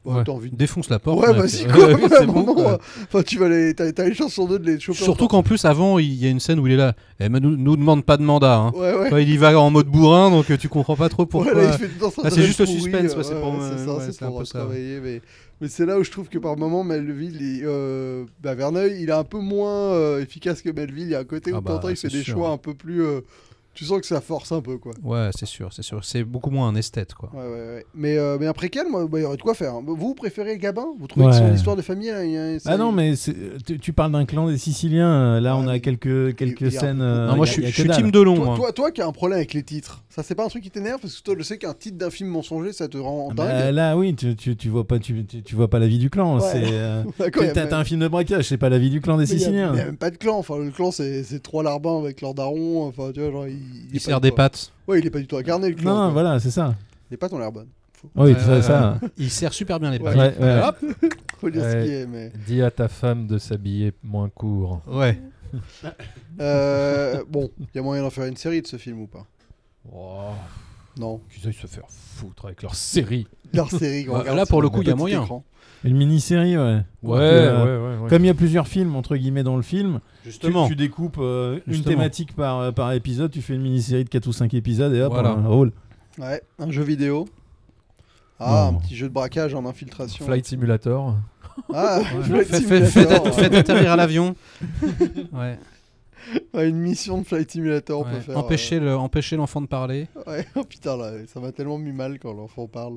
B: Ouais,
C: Ouais.
B: T'as envie de.
D: Défonce la porte.
B: Ouais,
D: là,
B: vas-y,
D: puis-
B: quoi,
D: Ouais,
B: ouais,
D: c'est
B: à un
D: bon,
B: moment,
D: quoi.
B: euh, Enfin, tu vas les. T'as t'as les chances sur deux de les choper. en
D: Surtout qu'en plus, avant, il y a une scène où il est là. Eh, mais nous, nous demande pas de mandat. hein.
B: Ouais, ouais.
D: Enfin, il y va en mode bourrin, donc euh, tu comprends pas trop pourquoi.
B: Ouais, là, il fait dans sa
D: Là, c'est
B: dress
D: juste le
B: pourrie,
D: suspense,
B: euh,
D: ouais, c'est
B: ouais,
D: pour, euh,
B: c'est ça,
D: ouais,
B: c'est
D: c'est un
B: pour
D: peu ça.
B: retravailler, mais, mais c'est là où je trouve que par moment, Melville, il, euh, bah, Verneuil, il est un peu moins euh, efficace que Melville. Il y a un côté où
D: Ah bah,
B: t'entends, il fait
D: c'est
B: des
D: sûr.
B: choix un peu plus. euh, tu sens que ça force un peu, quoi.
D: Ouais, c'est sûr, c'est sûr. C'est beaucoup moins un esthète, quoi.
B: Ouais, ouais, ouais. Mais, euh, mais un préquel, moi, bah, il y aurait de quoi faire. hein. Vous, vous préférez Gabin Vous trouvez que
E: Ouais.
B: son histoire de famille. hein, il y a-
E: Ah
D: Bah
B: c'est-
E: non, mais c'est- tu, tu parles d'un clan des Siciliens. euh, Là,
B: Ouais,
E: on a
B: mais-
E: quelques,
B: Ah il y
E: quelques
B: a-
E: scènes.
B: Non,
E: euh,
D: Non, moi,
E: y a-
D: je suis-
E: y a
D: je
E: que
D: suis
E: dalle.
D: team de long.
B: Toi, toi, toi qui as un problème avec les titres, ça c'est pas un truc qui t'énerve parce que toi je sais qu'un titre d'un film mensonger ça te rend
E: Ah bah,
B: dingue.
E: là, oui, tu, tu, tu vois pas, tu, tu, tu vois pas la vie du clan.
B: Ouais.
E: C'est. euh,
B: D'accord, il y
E: T'as
B: a
E: t'as
B: même-
E: un film de braquage, c'est pas la vie du clan des
B: Mais Il n'y a,
E: Siciliens.
B: il y a même pas de clan, enfin le clan c'est c'est trois larbins avec leur daron, enfin tu vois, genre il, il est
D: Il
B: pas
D: sert
B: du
D: des
B: tout-
D: pattes.
B: Ouais, il est pas du tout incarné le clan.
E: Non,
B: quoi.
E: non, voilà, c'est ça.
B: Les pattes ont l'air bonnes. Faut,
E: Oui,
D: Ouais,
E: ça.
D: ouais,
E: ça.
D: Il sert super bien les
B: Ouais.
D: pattes.
E: Ouais, ouais.
D: Hop.
B: faut dire ce
C: Ouais.
B: qui est, mais.
C: Dis à ta femme de s'habiller moins court.
D: Ouais.
B: Euh, bon, il y a moyen d'en faire une série de ce film ou pas
C: Oh,
B: Non.
C: qu'ils aillent se faire foutre avec leur série.
B: Leur série, qu'on
D: Bah,
B: regarde
D: là,
B: sur
D: pour le
B: un
D: coup, il y a
B: petit
D: moyen.
B: écran.
E: Une mini-série, ouais.
C: Ouais,
E: Euh,
C: ouais, ouais, ouais.
E: Comme il y a plusieurs films, entre guillemets, dans le film, tu,
D: Justement.
E: tu découpes euh, une
D: Justement.
E: thématique par, euh, par épisode, tu fais une mini-série de 4 ou 5 épisodes et hop,
D: Voilà.
E: on roule.
B: Ouais, un jeu vidéo. Ah,
E: Non.
B: un petit jeu de braquage en infiltration.
C: Flight Simulator.
B: Ah, Flight
D: Faites- faites-
B: Simulator,
D: Faites faites atterrir à l'avion. Ouais.
B: ouais. Ouais, une mission de Flight Simulator, on peut
D: Ouais.
B: faire.
D: Empêcher le- empêcher l'enfant de parler.
B: euh, Ouais, oh, putain, là, ça m'a tellement mis mal quand l'enfant parle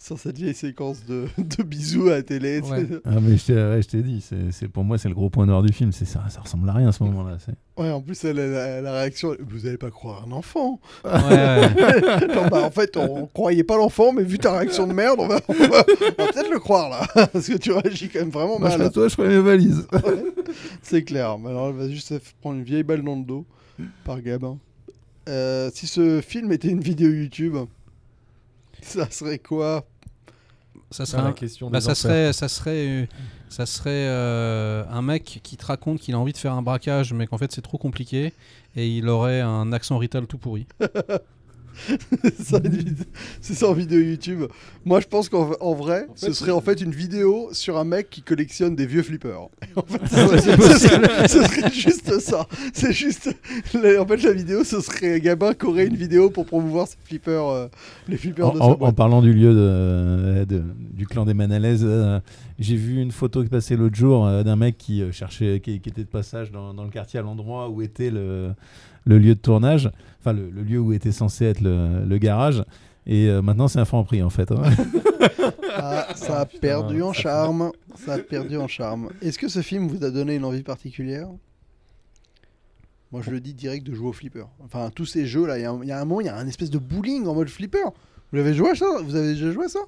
B: sur cette vieille séquence de, de bisous à la télé. tu
D: Ouais.
B: sais.
E: Ah, mais je t'ai ouais, je t'ai dit, c'est c'est- pour moi, c'est le gros point noir du film. c'est Ça, ça ressemble à rien à ce moment-là. c'est-
B: Ouais, en plus, elle, elle- elle- la réaction, elle, vous allez pas croire un enfant.
D: Ouais, ouais.
B: Genre, bah, en fait, on, croyait pas l'enfant, mais vu ta réaction de merde, on va, on va- on va peut-être le croire là. Parce que tu réagis quand même vraiment
E: Moi, je serais
B: mal.
E: toi, je ferais mes valises.
B: C'est clair. Mais alors, elle va juste se prendre une vieille balle dans le dos par Gabin. Euh, si ce film était une vidéo YouTube, ça serait quoi
D: Ça
C: C'est
D: serait
B: Ah.
C: la
D: un-
C: question
D: Bah,
C: des
D: ça
C: enfers.
D: serait, ça serait, euh, ça serait euh, un mec qui te raconte qu'il a envie de faire un braquage, mais qu'en fait c'est trop compliqué et il aurait un accent rital tout pourri.
B: C'est ça, une vid- C'est ça en vidéo YouTube. Moi, je pense qu'en en vrai,
C: En fait,
B: ce serait en fait une vidéo sur un mec qui collectionne des vieux flippers. En fait,
D: Ouais, c'est
B: ce, serait, ce serait juste ça. C'est juste. la- en fait, la vidéo, ce serait Gabin qui aurait une vidéo pour promouvoir ses flippers, euh, les flippers
E: En,
B: de
E: en-
B: sa
E: en
B: boîte.
E: parlant du lieu de, de- du clan des Manalaises, euh, j'ai vu une photo qui passait l'autre jour euh, d'un mec qui euh, cherchait, qui, qui était de passage dans, dans le quartier à l'endroit où était le, le lieu de tournage, enfin le, le lieu où était censé être le, le garage. Et euh, maintenant, c'est un franc prix en fait. hein.
B: Ah, ça a perdu en charme. Ça a perdu en charme. Est-ce que ce film vous a donné une envie particulière moi je le dis direct de jouer au flipper. Enfin tous ces jeux là, il y, a un- il y a un moment, il y a un espèce de bowling en mode flipper. Vous avez joué à ça Vous avez déjà joué à ça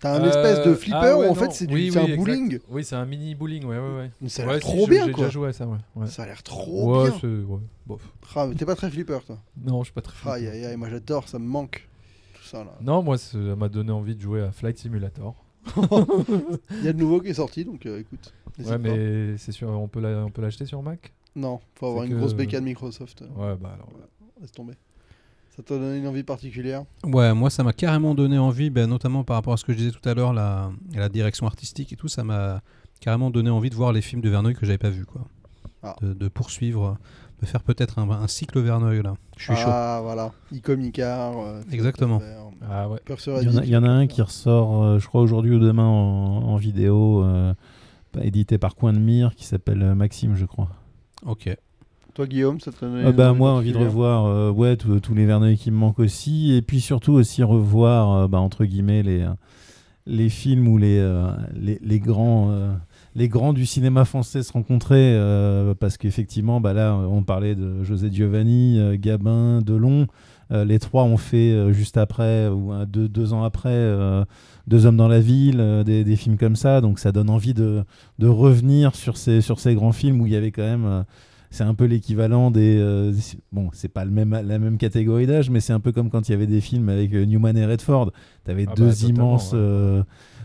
B: T'as un
C: Euh,
B: espèce de flipper
C: ah ouais,
B: où en
C: non.
B: fait c'est du-
C: Oui,
B: c'est
C: oui,
B: un
C: exact.
B: bowling.
C: Oui, c'est un mini bowling, ouais, ouais, ouais.
B: Mais ça a l'air
C: Ouais,
B: trop
C: si, je-
B: bien
C: J'ai
B: quoi.
C: déjà joué à ça, ouais. ouais.
B: Ça a l'air trop
C: Ouais,
B: bien.
C: c'est- ouais, bof.
B: Ah, mais T'es pas très flipper toi.
C: Non, je suis pas très fan.
B: Aïe aïe aïe, moi j'adore, ça me manque. Tout ça là.
C: Non, moi, ça m'a donné envie de jouer à Flight Simulator.
B: Il y a de nouveau qui est sorti donc euh, écoute. n'hésite
C: Ouais,
B: pas.
C: mais c'est sûr, on peut la- on peut l'acheter sur Mac
B: Non, faut avoir
C: C'est
B: une
C: que-
B: grosse bécane Microsoft.
C: Ouais, bah alors.
B: Laisse tomber. Ça t'a donné une envie particulière
D: Ouais, moi ça m'a carrément donné envie, ben, notamment par rapport à ce que je disais tout à l'heure, la, la direction artistique et tout, ça m'a carrément donné envie de voir les films de Verneuil que j'avais pas vu quoi.
B: Ah.
D: De, de poursuivre, de faire peut-être un, un cycle Verneuil là. Je suis chaud.
B: Ah voilà, Icomicar. euh,
D: Exactement.
B: Théâtre Vert,
C: Ah ouais.
B: Curseur
E: Il y en a-
B: Edit.
E: il y, en a un qui ressort, euh, je crois, aujourd'hui ou demain en, en vidéo, euh, pas- édité par Coin de Mire, qui s'appelle euh, Maxime, je crois.
D: Ok.
B: Toi Guillaume, ça te donne
E: Ah bah, moi, envie de revoir euh, ouais, tous tous les Verneuil qui me manquent aussi, et puis surtout aussi revoir, euh, bah, entre guillemets, les, euh, les films où les, euh, les, les grands... euh, les grands du cinéma français se rencontraient euh, parce qu'effectivement, bah là, on parlait de José Giovanni, euh, Gabin, Delon. Euh, les trois ont fait euh, juste après ou un- deux, deux ans après euh, Deux hommes dans la ville, euh, des, des films comme ça. Donc ça donne envie de, de revenir sur ces, sur ces grands films où il y avait quand même. euh, c'est un peu l'équivalent des. euh, des- bon, c'est pas le même, la même catégorie d'âge, mais c'est un peu comme quand il y avait des films avec euh, Newman et Redford. T'avais
C: Ah bah,
E: deux
C: totalement,
E: immenses.
C: ouais.
E: euh,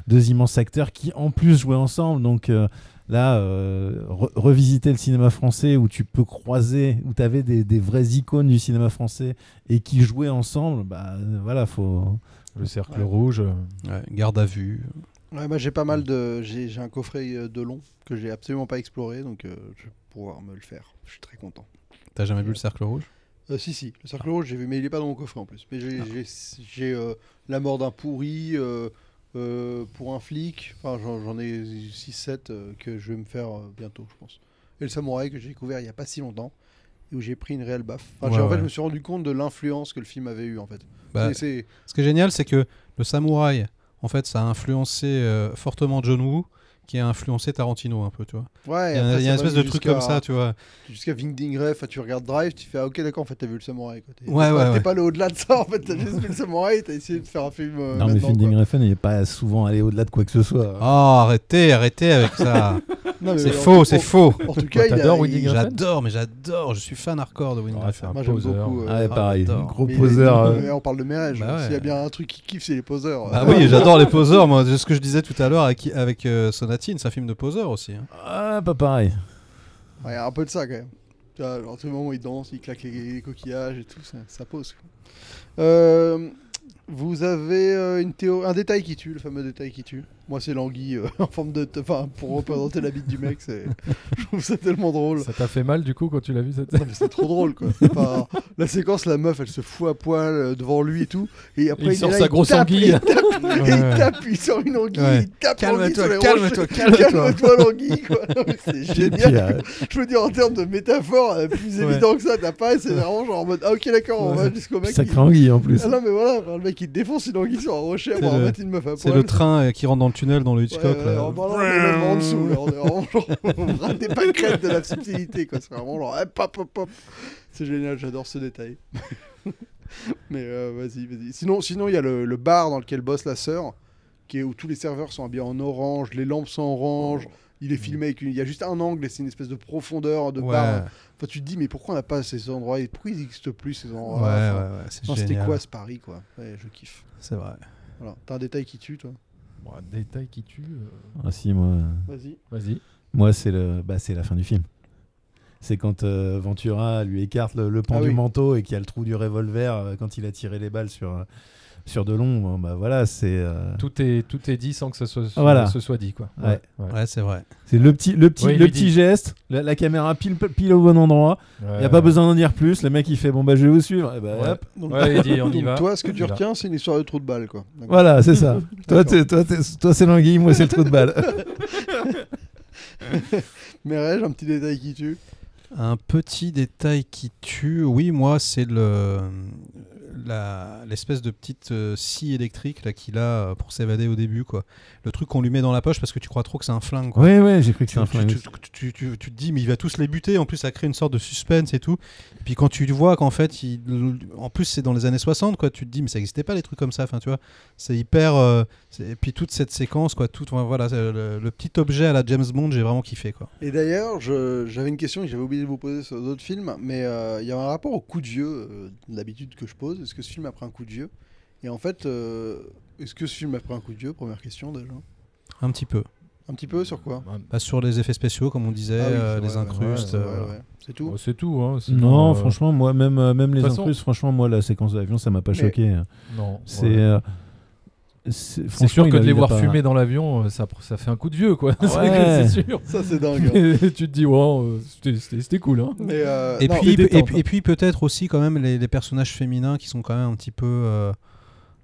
E: deux immenses acteurs qui en plus jouaient ensemble. Donc euh, là, euh, re- revisiter le cinéma français où tu peux croiser, où tu avais des, des vraies icônes du cinéma français et qui jouaient ensemble, bah euh, voilà, faut.
C: Le cercle
B: Ouais.
C: rouge. euh,
D: Ouais, garde à vue.
B: Ouais, bah, j'ai pas mal de. J'ai j'ai un coffret euh, de long que j'ai absolument pas exploré donc euh, je vais pouvoir me le faire. Je suis très content.
D: T'as jamais vu le cercle rouge
B: Euh, si, si, le cercle rouge, j'ai vu, mais il est pas dans mon coffret en plus. Mais j'ai
D: Ah.
B: j'ai- j'ai, euh, la mort d'un pourri, euh, euh, pour un flic. Enfin, j'en j'en ai 6-7 que je vais me faire euh, bientôt, je pense. Et le samouraï que j'ai découvert il y a pas si longtemps, et où j'ai pris une réelle baffe. Enfin, j'ai-
D: Ouais,
B: en fait,
D: ouais.
B: je me suis rendu compte de l'influence que le film avait eu en fait.
D: Bah,
B: C'est- c'est-
D: Ce qui est génial, c'est que le samouraï, en fait, ça a influencé euh, fortement John Woo, qui a influencé Tarantino un peu, tu vois.
B: Ouais,
D: Il y a,
B: après,
D: il y
B: ça
D: a une
B: va
D: espèce
B: jusqu'à-
D: de
B: Euh.
D: truc comme ça, tu vois.
B: Jusqu'à Vinding Refn, enfin, tu regardes Drive, tu fais Ah, ok, d'accord, en fait, t'as vu le samouraï. quoi. T'es
D: Ouais,
B: t'es
D: ouais,
B: pas, t'es
D: ouais.
B: pas allé au-delà de ça, en fait, t'as juste vu le samouraï, t'as essayé de faire un film. euh,
E: non, mais le
B: maintenant,
E: film
B: quoi.
E: d'Ingreffen, il n'est pas souvent allé au-delà de quoi que ce soit.
D: Ah, arrêtez, arrêtez avec ça.
B: Non, mais
D: c'est
B: en-
D: faux,
B: en-
D: c'est faux.
B: En tout cas, il a-
C: t'adores
B: il-
D: hein.
C: Winding Refn
D: J'adore, mais j'adore. Je suis fan hardcore de Winding
C: Ouais, c'est
D: Refn.
C: un hein.
B: Moi, j'aime
C: poseur.
B: beaucoup. euh,
E: Ah ouais, pareil,
D: j'adore.
E: gros
B: mais-
E: poseur. euh,
B: mais on parle de Mérège.
D: Bah ouais.
B: S'il y a bien un truc qui kiffe, c'est les poseurs.
D: Bah oui, j'adore les poseurs. Moi, c'est ce que je disais tout à l'heure avec, avec euh, Sonatine, c'est un film de poseur aussi. hein.
E: Ah, pas pareil.
B: Il y a un peu de ça quand même. Tu vois, genre, À tout le moment où ils dansent, ils claquent les, les coquillages et tout, ça, ça pose. quoi. Euh, vous avez euh, une théorie, un détail qui tue, le fameux détail qui tue. Moi, c'est l'anguille euh, en forme de. Enfin, pour représenter la bite du mec, c'est- je trouve ça tellement drôle.
C: Ça t'a fait mal du coup quand tu l'as vu cette.
B: Non, mais c'est trop drôle quoi. Enfin, la séquence, la meuf, elle se fout à poil euh, devant lui et tout. Et après,
C: Il sort
B: est là,
C: sa
B: il
C: grosse
B: tape,
C: anguille.
B: et Il tape, et il
D: Ouais.
B: tape, il sort une anguille,
D: Ouais.
B: il tape l'anguille sur les
D: Calme-toi,
B: roches.
D: calme-toi, calme-toi.
B: Calme-toi, l'anguille, quoi. Non, mais C'est
E: Puis,
B: génial.
E: euh,
B: Je veux dire, en termes de métaphore, euh, plus
D: Ouais.
B: évident que ça, t'as pas, c'est vraiment genre en mode Ah, ok, d'accord, on va
E: Ouais.
B: jusqu'au mec.
E: sacré
B: qui-
E: anguille en plus.
B: Ah non, mais voilà, enfin, le mec il défonce une anguille sur un rocher,
D: C'est
B: on va
D: le-
B: mettre une meuf à
D: C'est
B: poil.
D: le train euh, qui rentre dans le tunnel dans le Hitchcock.
B: Ouais, ouais,
D: là.
B: on parle vraiment en dessous, là, on est vraiment genre, on rate des pâquerettes de la subtilité, quoi. C'est vraiment genre, eh, hop, hop, hop, hop. C'est génial, j'adore ce détail. Mais euh, vas-y, vas-y. Sinon, sinon, il y a le, le bar dans lequel bosse la sœur, qui est où tous les serveurs sont habillés en orange, les lampes sont orange.
D: Oh.
B: Il est filmé avec une... Il y a juste un angle et c'est une espèce de profondeur de
D: ouais,
B: bar. Enfin, tu te dis, mais pourquoi on n'a pas ces endroits et pourquoi ils n'existent plus ces
D: ouais,
B: endroits
D: ouais,
B: Enfin,
D: ouais, c'est
B: enfin, C'était
D: génial.
B: quoi ce Paris, quoi Ouais, je kiffe.
D: C'est vrai.
B: Voilà. T'as un détail qui tue, toi
C: Bon, un détail qui tue. euh,
E: Ah si, moi,
B: Vas-y.
C: Vas-y.
E: moi c'est le, bah, c'est la fin du film. C'est quand euh, Ventura lui écarte le, le pan
B: Ah
E: du
B: oui.
E: manteau et qu'il y a le trou du revolver euh, quand il a tiré les balles sur, euh, sur Delon. Bon, bah voilà, c'est euh,
C: Tout est, tout est dit sans que ce soit,
E: Voilà.
C: ce soit dit. Quoi.
E: Ouais.
C: Ouais.
D: Ouais, c'est vrai.
E: c'est le petit, le petit,
C: Oui, il
E: le
C: lui
E: petit
C: dit.
E: geste, la, la caméra pile, pile au bon endroit. Il n'y a pas besoin d'en dire plus. Le mec il fait bon bah je vais vous suivre. Et bah,
C: Ouais.
E: hop.
B: Donc,
C: Ouais, il dit on y
B: donc
C: va.
B: toi, ce que
C: on y
B: tu
C: va.
B: retiens, c'est une histoire de trou de balle, quoi. D'accord.
E: Voilà, c'est ça. toi
B: D'accord.
E: t'es- toi, t'es- toi, c'est l'anguille, moi c'est le trou de balle.
B: Mais Reg, un petit détail qui tue.
D: Un petit détail qui tue, oui, moi, c'est le la- l'espèce de petite euh, scie électrique là qu'il a euh, pour s'évader au début, quoi. Le truc qu'on lui met dans la poche parce que tu crois trop que c'est un flingue, quoi.
E: Ouais ouais, j'ai cru que
D: Tu,
E: c'était un
D: tu-
E: flingue.
D: tu- tu- tu- tu te dis mais il va tous les buter en plus ça crée une sorte de suspense et tout et puis quand tu vois qu'en fait il, en plus c'est dans les années 60 quoi tu te dis mais ça n'existait pas les trucs comme ça enfin tu vois c'est hyper euh, c'est- et puis toute cette séquence quoi tout voilà c'est le, le petit objet à la James Bond j'ai vraiment kiffé quoi
B: Et d'ailleurs, je- j'avais une question que j'avais oublié de vous poser sur d'autres films, mais euh, il y a un rapport au coup de vieux, euh, l'habitude que je pose. Est-ce que ce film a pris un coup de vieux Et en fait, euh, est-ce que ce film a pris un coup de vieux Première question déjà.
D: un petit peu
B: Un petit peu sur quoi
C: Ouais,
D: Pas Bah, sur les effets spéciaux comme on disait
B: Ah oui,
D: euh,
B: c'est
D: les
B: vrai, ouais,
D: incrustes
B: ouais,
D: euh,
B: ouais,
D: voilà.
B: ouais. C'est tout.
C: c'est tout. hein, sinon,
E: Non,
C: euh,
E: franchement, moi, même, euh, même les
C: façon-
E: intrus, franchement, moi, la séquence de l'avion, ça m'a pas
B: Mais-
E: choqué. hein.
C: Non.
E: C'est.
C: ouais.
E: euh, c'est
C: C'est
E: franchement,
C: sûr
E: il
C: que
E: a-
C: de les
E: il a
C: voir
E: pas-
C: fumer dans l'avion, euh, ça, pr- ça fait un coup de vieux, quoi. C'est
E: Ouais.
C: que c'est sûr.
B: Ça, c'est dingue. hein.
C: tu te dis, wow, euh, c'était- c'était c'était cool. Hein.
B: Mais, euh,
D: et,
B: non,
D: puis,
B: mais
D: et,
B: détente.
D: puis- et puis peut-être aussi quand même les, les personnages féminins qui sont quand même un petit peu euh,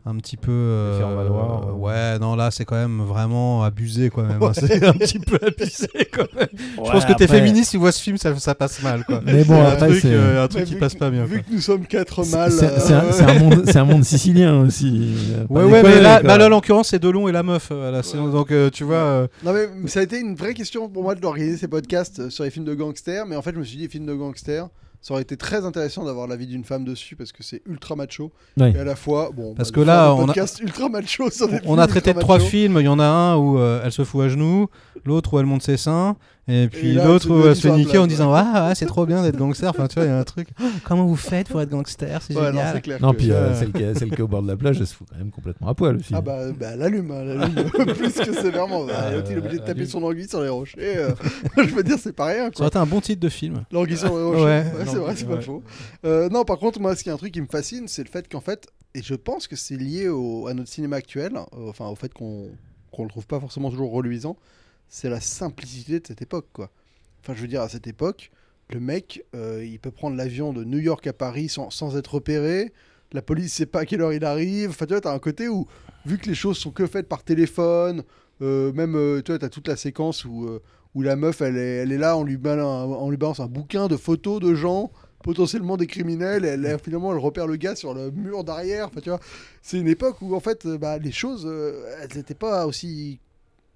D: un petit peu euh,
C: faire valoir,
D: euh,
C: euh.
D: ouais non là c'est quand même vraiment abusé quand même hein. c'est un petit peu abusé quand même je pense que t'es
E: après-
D: féministe tu vois ce film ça, ça passe mal quoi
E: Mais bon,
D: C'est un
E: après,
D: truc,
E: c'est-
D: euh, un truc
B: Mais
D: qui
B: vu
D: passe
B: que-
D: pas bien quoi.
B: Vu que nous sommes quatre
E: C'est-
B: mâles. euh,
E: c'est- C'est
C: euh,
E: un, c'est un monde- c'est un monde sicilien aussi. euh, pas
D: Ouais, ouais, mais
E: déconner,
D: là,
E: quoi.
D: bah là, en
B: euh,
D: l'occurrence, c'est Delon et la meuf. euh, là, c'est- Donc, euh, tu vois, euh,
B: Non mais ça a été une vraie question pour moi de d'organiser ces podcasts euh, sur les films de gangsters, mais en fait je me suis dit films de gangsters, ça aurait été très intéressant d'avoir l'avis d'une femme dessus parce que c'est ultra macho
E: Ouais.
B: et à la fois bon.
D: Parce
B: de
D: que
B: faire
D: là,
B: des
D: on a-
B: podcasts ultra macho sur des
D: on
B: films
D: a traité de
B: ultra
D: trois
B: macho.
D: films. Il y en a un où euh, elle se fout à genoux, l'autre où elle monte ses seins, et puis
B: là,
D: l'autre
B: c'est
D: où elle se fait
B: devenu
D: niquer en
B: simple,
D: disant Ah, ah, c'est trop bien d'être gangster. Enfin, tu vois, il y a un truc. Ah, Comment vous faites pour être gangster C'est
B: Ouais, non,
D: génial.
B: c'est clair.
E: Non,
B: que-
E: puis
D: Euh.
E: euh, celle, qui, celle qui est au bord de la plage, elle se fout quand même complètement à poil aussi.
B: Ah bah, bah l'allume, hein, l'allume plus que sévèrement. Bah,
C: Ah,
B: l'autre, il est obligé de taper
C: l'allume.
B: son anguille sur les rochers. euh, je veux dire c'est pas rien
D: ça aurait
B: quoi.
D: été un bon titre de film.
B: L'anguille sur les rochers.
D: Ouais.
B: Ouais, c'est vrai, c'est pas
C: Ouais.
B: faux. Euh, non, par contre, moi, ce qui est un truc qui me fascine, c'est le fait qu'en fait, et je pense que c'est lié au- à notre cinéma actuel, euh, enfin au fait qu'on qu'on le trouve pas forcément toujours reluisant, c'est la simplicité de cette époque, quoi. Enfin, je veux dire, à cette époque, le mec, euh, il peut prendre l'avion de New York à Paris sans, sans être repéré. La police sait pas à quelle heure il arrive. Enfin, tu vois, t'as un côté où, vu que les choses sont que faites par téléphone, euh, même, euh, tu vois, t'as toute la séquence où, euh, où la meuf, elle est, elle est là, on lui, bal- un- on lui balance un bouquin de photos de gens potentiellement des criminels. Elle, elle- finalement, elle repère le gars sur le mur d'arrière. Enfin, tu vois, c'est une époque où, en fait, euh, bah, les choses, euh, elles n'étaient pas aussi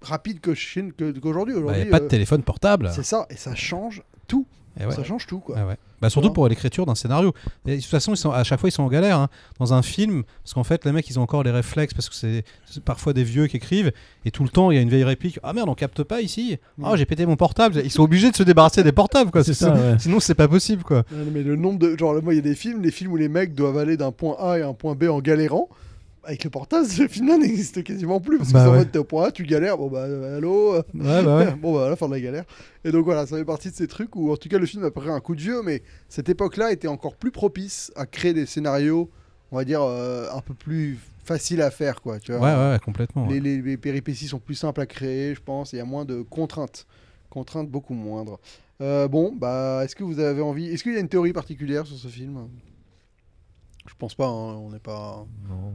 B: rapides que chez- que- qu'aujourd'hui.
D: Bah, Il
B: Aujourd'hui,
D: n'y a pas de
B: euh,
D: téléphone portable.
B: c'est ça, et ça change tout.
D: Eh ouais.
B: Ça change tout, quoi.
D: Ouais, ouais. Bah, surtout
B: vois
D: pour l'écriture d'un scénario. Et de toute façon, ils sont, à chaque fois, ils sont en galère. hein. Dans un film, parce qu'en fait, les mecs, ils ont encore les réflexes, parce que c'est c'est parfois des vieux qui écrivent, et tout le temps, il y a une vieille réplique Ah merde, on capte pas ici. Ah, j'ai pété mon portable. Ils sont obligés de se débarrasser des portables, quoi.
E: c'est ça. ouais.
D: Sinon, c'est pas possible, quoi.
B: Non, non, mais le nombre de. Genre, là, moi, il y a des films, les films où les mecs doivent aller d'un point A à un point B en galérant. Avec le portage, ce film-là n'existe quasiment plus. Parce que
D: Bah
B: c'est en
D: ouais.
B: mode, t'es au point A, tu galères, bon bah, euh, allô euh,
D: Ouais, bah ouais.
B: Bon bah, à la fin de la galère. Et donc voilà, ça fait partie de ces trucs où, en tout cas, le film a pris un coup de vieux, mais cette époque-là était encore plus propice à créer des scénarios, on va dire, euh, un peu plus faciles à faire, quoi. Tu vois
D: Ouais, ouais, ouais, complètement.
B: les, les- les péripéties sont plus simples à créer, je pense, et il y a moins de contraintes. Contraintes beaucoup moindres. Euh, bon, bah, est-ce que vous avez envie. Est-ce qu'il y a une théorie particulière sur ce film Je pense pas, hein, on n'est pas.
C: Non.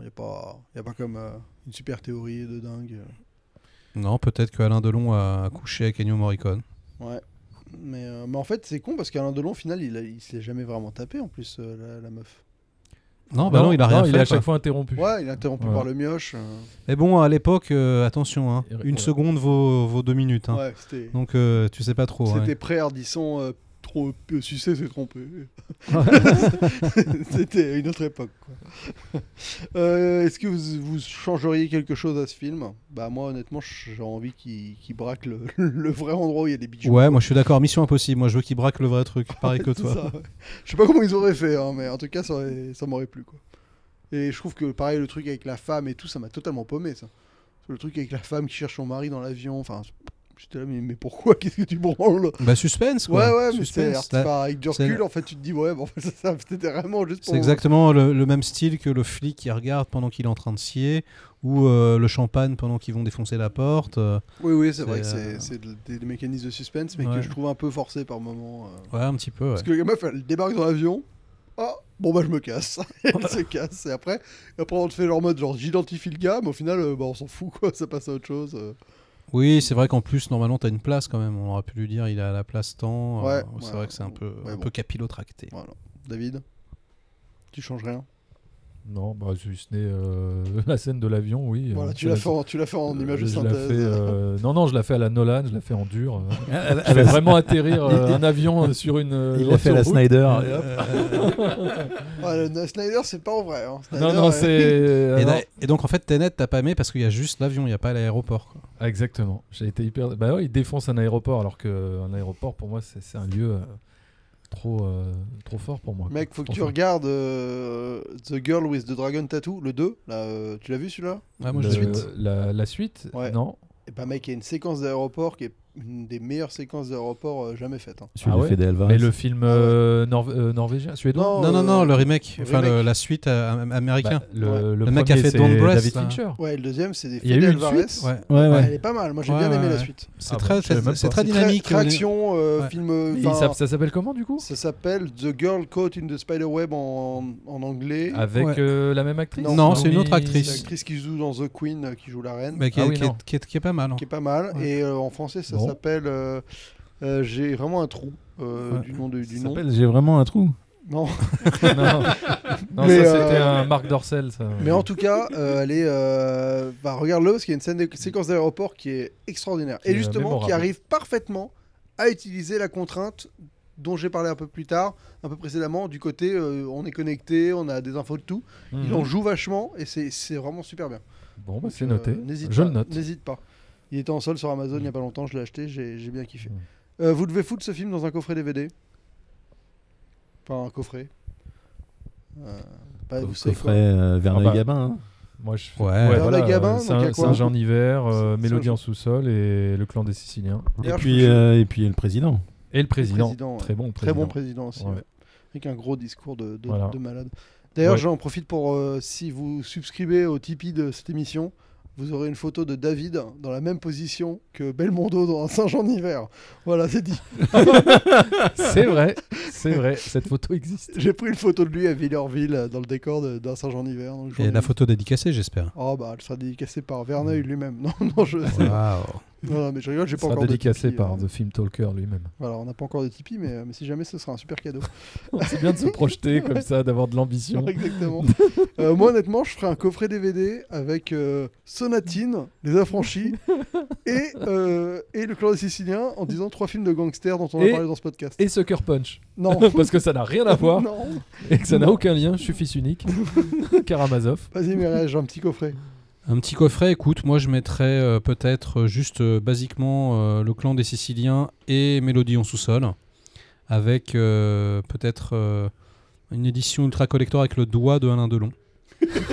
B: Il n'y a, pas- y a pas comme euh, une super théorie de dingue.
D: Non, peut-être que Alain Delon a couché avec Ennio Morricone.
B: Ouais. Mais, euh, mais en fait, c'est con parce qu'Alain Delon, au final, il, a- il s'est jamais vraiment tapé en plus, euh, la, la meuf.
D: Non, bah non, il a rien fait.
C: Il est à
D: quoi.
C: chaque fois interrompu.
B: Ouais, il est interrompu
C: Ouais.
B: par le mioche. euh,
D: Mais bon, à l'époque, euh, attention, hein,
C: Et-
D: une
C: ouais.
D: seconde vaut, vaut deux minutes. hein.
B: Ouais, c'était.
D: Donc euh, tu sais pas trop. ouais.
B: C'était pré-Ardisson, euh, trop euh, sucé, s'est trompé. C'était une autre époque. quoi. Euh, Est-ce que vous, vous changeriez quelque chose à ce film Bah moi honnêtement j'ai envie qu'il qu'il braque le, le vrai endroit où il y a des bijoux.
D: Ouais, moi je suis d'accord, Mission Impossible, moi je veux qu'il braque le vrai truc, pareil que
B: C'est
D: toi.
B: ça, ouais. Je sais pas comment ils auraient fait, hein, mais en tout cas ça, aurait- ça m'aurait plu quoi. Et je trouve que pareil le truc avec la femme et tout ça m'a totalement paumé ça. Le truc avec la femme qui cherche son mari dans l'avion, enfin j'étais là mais, mais pourquoi Qu'est-ce que tu branles
D: Bah suspense
B: Ouais,
D: quoi.
B: ouais, mais c'est
D: Suspense, là,
B: enfin, avec du
D: c'est-
B: recul, en fait, tu te dis, ouais, bon, en fait, ça, ça, c'était vraiment juste pour.
D: C'est exactement le, le même style que le flic qui regarde pendant qu'il est en train de scier, ou euh, le champagne pendant qu'ils vont défoncer la porte. euh.
B: Oui, oui, c'est
D: C'est,
B: vrai que c'est
D: euh,
B: c'est de- des, des mécanismes de suspense, mais que
D: Ouais.
B: je trouve un peu forcé par moment. euh.
D: Ouais, un petit peu. ouais.
B: Parce que la meuf, elle débarque dans l'avion. Ah, bon, bah, je me casse. elle se casse. Et après, et après, on te fait leur mode, genre, j'identifie le gars, mais au final, euh, bah, on s'en fout, quoi. Ça passe à autre chose. euh.
D: Oui, c'est vrai qu'en plus, normalement, t'as une place quand même. On aurait pu lui dire, il a la place tant. euh,
B: Ouais,
D: c'est
B: ouais.
D: vrai que c'est un peu,
B: Ouais,
D: un
B: bon.
D: peu capillotracté.
B: Voilà. David, tu changes rien.
C: Non, bah, si ce n'est euh, la scène de l'avion, oui.
B: voilà,
C: Euh,
B: tu l'as
C: la-
B: fait, en- tu l'as fait en
C: euh,
B: image de
C: je la
B: synthèse.
C: fais, euh, Non, non, je l'ai fait à la Nolan, je l'ai fait en dur. euh.
E: Elle
C: Je vais vraiment atterrir euh, un avion euh, sur une. euh,
E: Il a fait la
C: autoroute.
E: Snyder. euh,
C: Et hop.
B: Ouais, Ah, le- Snyder, c'est pas en vrai. hein.
C: Non,
B: Snyder,
C: non,
B: euh,
C: c'est. euh,
D: Et,
C: non.
D: là- et donc, en fait, Tenet, t'as pas aimé parce qu'il y a juste l'avion, il n'y a pas l'aéroport. quoi.
C: Ah, Exactement. J'ai été hyper. Bah ouais, il défonce un aéroport alors qu'un aéroport pour moi c'est c'est un lieu euh, trop euh, trop fort pour moi.
B: Mec,
C: quoi.
B: faut que
C: Trop
B: tu
C: fort.
B: regardes euh, The Girl with the Dragon Tattoo, le 2. Là, euh, tu l'as vu celui-là
D: Ouais, Ah, moi, je
C: Le-
D: suis-
C: La, la suite
B: Ouais.
C: Non.
B: Et bah, mec, il y a une séquence d'aéroport qui est une des meilleures séquences d'aéroport euh, jamais faites. hein.
E: Celui
C: Ah ouais
E: de Fede Alvarez.
C: Mais le film euh, norv- euh, norvégien, suédois
B: Ah Non,
D: Non, non, non,
B: euh,
D: le remake,
B: le
D: enfin le-
B: remake.
D: la suite euh, am-
C: Bah,
D: américain.
C: le,
B: Ouais.
C: le
D: Le mec a
C: premier,
D: fait
C: c'est
D: Don't Breath,
C: David
D: là.
C: Fincher.
B: Ouais, le deuxième, c'est des
C: Il y a eu
B: Fidel
C: une
B: Alvarez.
C: suite
D: ouais.
E: Ouais,
B: Ouais,
E: ouais.
B: Elle est pas mal, moi j'ai
D: Ouais,
B: bien aimé
D: ouais,
B: la
D: ouais.
B: suite.
D: C'est
C: Ah bon,
D: très,
C: je savais
D: c'est-
C: même
D: c'est
C: pas.
D: très
B: C'est
D: dynamique.
B: Très, réaction, euh,
D: Ouais.
B: film. euh,
C: Il
B: enfin,
C: s'app- ça s'appelle comment du coup
B: ça s'appelle The Girl Caught in the Spiderweb en, en anglais.
C: Avec
D: Ouais.
C: euh, la même actrice
B: Non,
D: Non, c'est une
C: Naomi-
D: autre actrice.
B: C'est l'actrice qui joue dans The Queen, euh, qui joue la reine,
D: Mais qui, est-
C: Ah oui,
D: qui est-
C: non.
D: qui est, qui est pas mal. hein.
B: qui est pas mal.
D: Ouais.
B: Et euh, en français, ça
C: Bon.
B: s'appelle. euh, euh, j'ai vraiment un trou euh,
D: Ouais.
B: du nom de- du
E: Ça
B: nom.
E: s'appelle J'ai vraiment un trou.
B: Non.
C: non, non. Non,
B: Mais,
C: ça
B: euh,
C: c'était un Marc Dorcel. Ça.
B: Mais en tout cas, euh, elle est. euh, bah, regarde-le, parce qu'il y a une scène de- séquence d'aéroport qui est extraordinaire.
C: Qui
B: et
C: est, euh,
B: justement, qui
C: mémorable.
B: arrive parfaitement à utiliser la contrainte dont j'ai parlé un peu plus tard, un peu précédemment, du côté euh, on est connecté, on a des infos de tout.
C: Mhm.
B: Il en joue vachement et c'est, c'est vraiment super bien.
C: Bon, bah,
B: Donc,
C: c'est
B: euh,
C: noté.
B: n'hésite
C: Je
B: pas,
C: le note.
B: N'hésite pas. Il était en sol sur Amazon il n'y a pas longtemps, je l'ai acheté, j'ai, j'ai bien kiffé.
C: Mhm.
B: Euh, vous devez foutre ce film dans un coffret DVD. Enfin, un coffret. Euh, bah, vous savez quoi
E: Coffret euh, Verneuil
C: Ah bah.
E: Gabin. hein.
C: Moi, je...
D: Ouais.
B: Alors, la Gabin,
C: euh,
B: donc,
C: Saint-
B: il y a quoi
C: Saint-Jean en hiver, euh,
B: Saint-
C: Mélodie
B: Saint-Jean.
C: en sous-sol et Le clan des Siciliens.
E: Et
B: D'ailleurs, je
E: puis,
B: trouve que-
E: euh, et puis le président.
C: Et le président.
B: président, ouais.
C: Très bon
B: Très
C: président.
B: bon président aussi.
C: Ouais.
B: ouais. Avec un gros discours de, de-
C: Voilà.
B: de malade. D'ailleurs,
C: Ouais.
B: j'en profite pour, euh, si vous subscrivez au Tipeee de cette émission, vous aurez une photo de David dans la même position que Belmondo dans Saint-Jean d'hiver. Voilà, c'est dit.
C: C'est vrai, c'est vrai, cette photo existe.
B: J'ai pris une photo de lui à Villorville euh, dans le décor de- d'un Saint-Jean d'hiver. donc j'en
D: Et
B: ai
D: la
B: mis.
D: photo dédicacée, j'espère.
B: Oh bah, elle sera dédicacée par Verneuil lui-même. Non, non, je...
D: Waouh.
B: non, non, mais je rigole, j'ai pas
C: Mm. sera
B: encore de
C: dédicacé
B: Tipeee,
C: par
B: euh,
C: The Film Talker lui-même.
B: Voilà, on n'a pas encore de Tipeee, mais, euh, mais si jamais, ce sera un super cadeau.
C: C'est bien de se projeter comme ça, d'avoir de l'ambition.
B: Exactement. Euh, moi, honnêtement, je ferais un coffret DVD avec euh, Sonatine, Les Affranchis et, euh, et Le Clan des Siciliens en disant trois films de gangsters dont on
C: Et-
B: a parlé dans ce podcast.
C: Et Sucker Punch,
B: Non.
C: parce que ça n'a rien à voir
B: Non.
C: et que ça n'a aucun lien. Je suis fils unique. Karamazov.
B: Vas-y, Mireille, j'ai un petit coffret.
D: Un petit coffret, écoute, moi je mettrais euh, peut-être euh, juste euh, basiquement euh, le clan des Siciliens et Mélodie en sous-sol, avec euh, peut-être euh, une édition ultra collector avec le doigt de Alain Delon.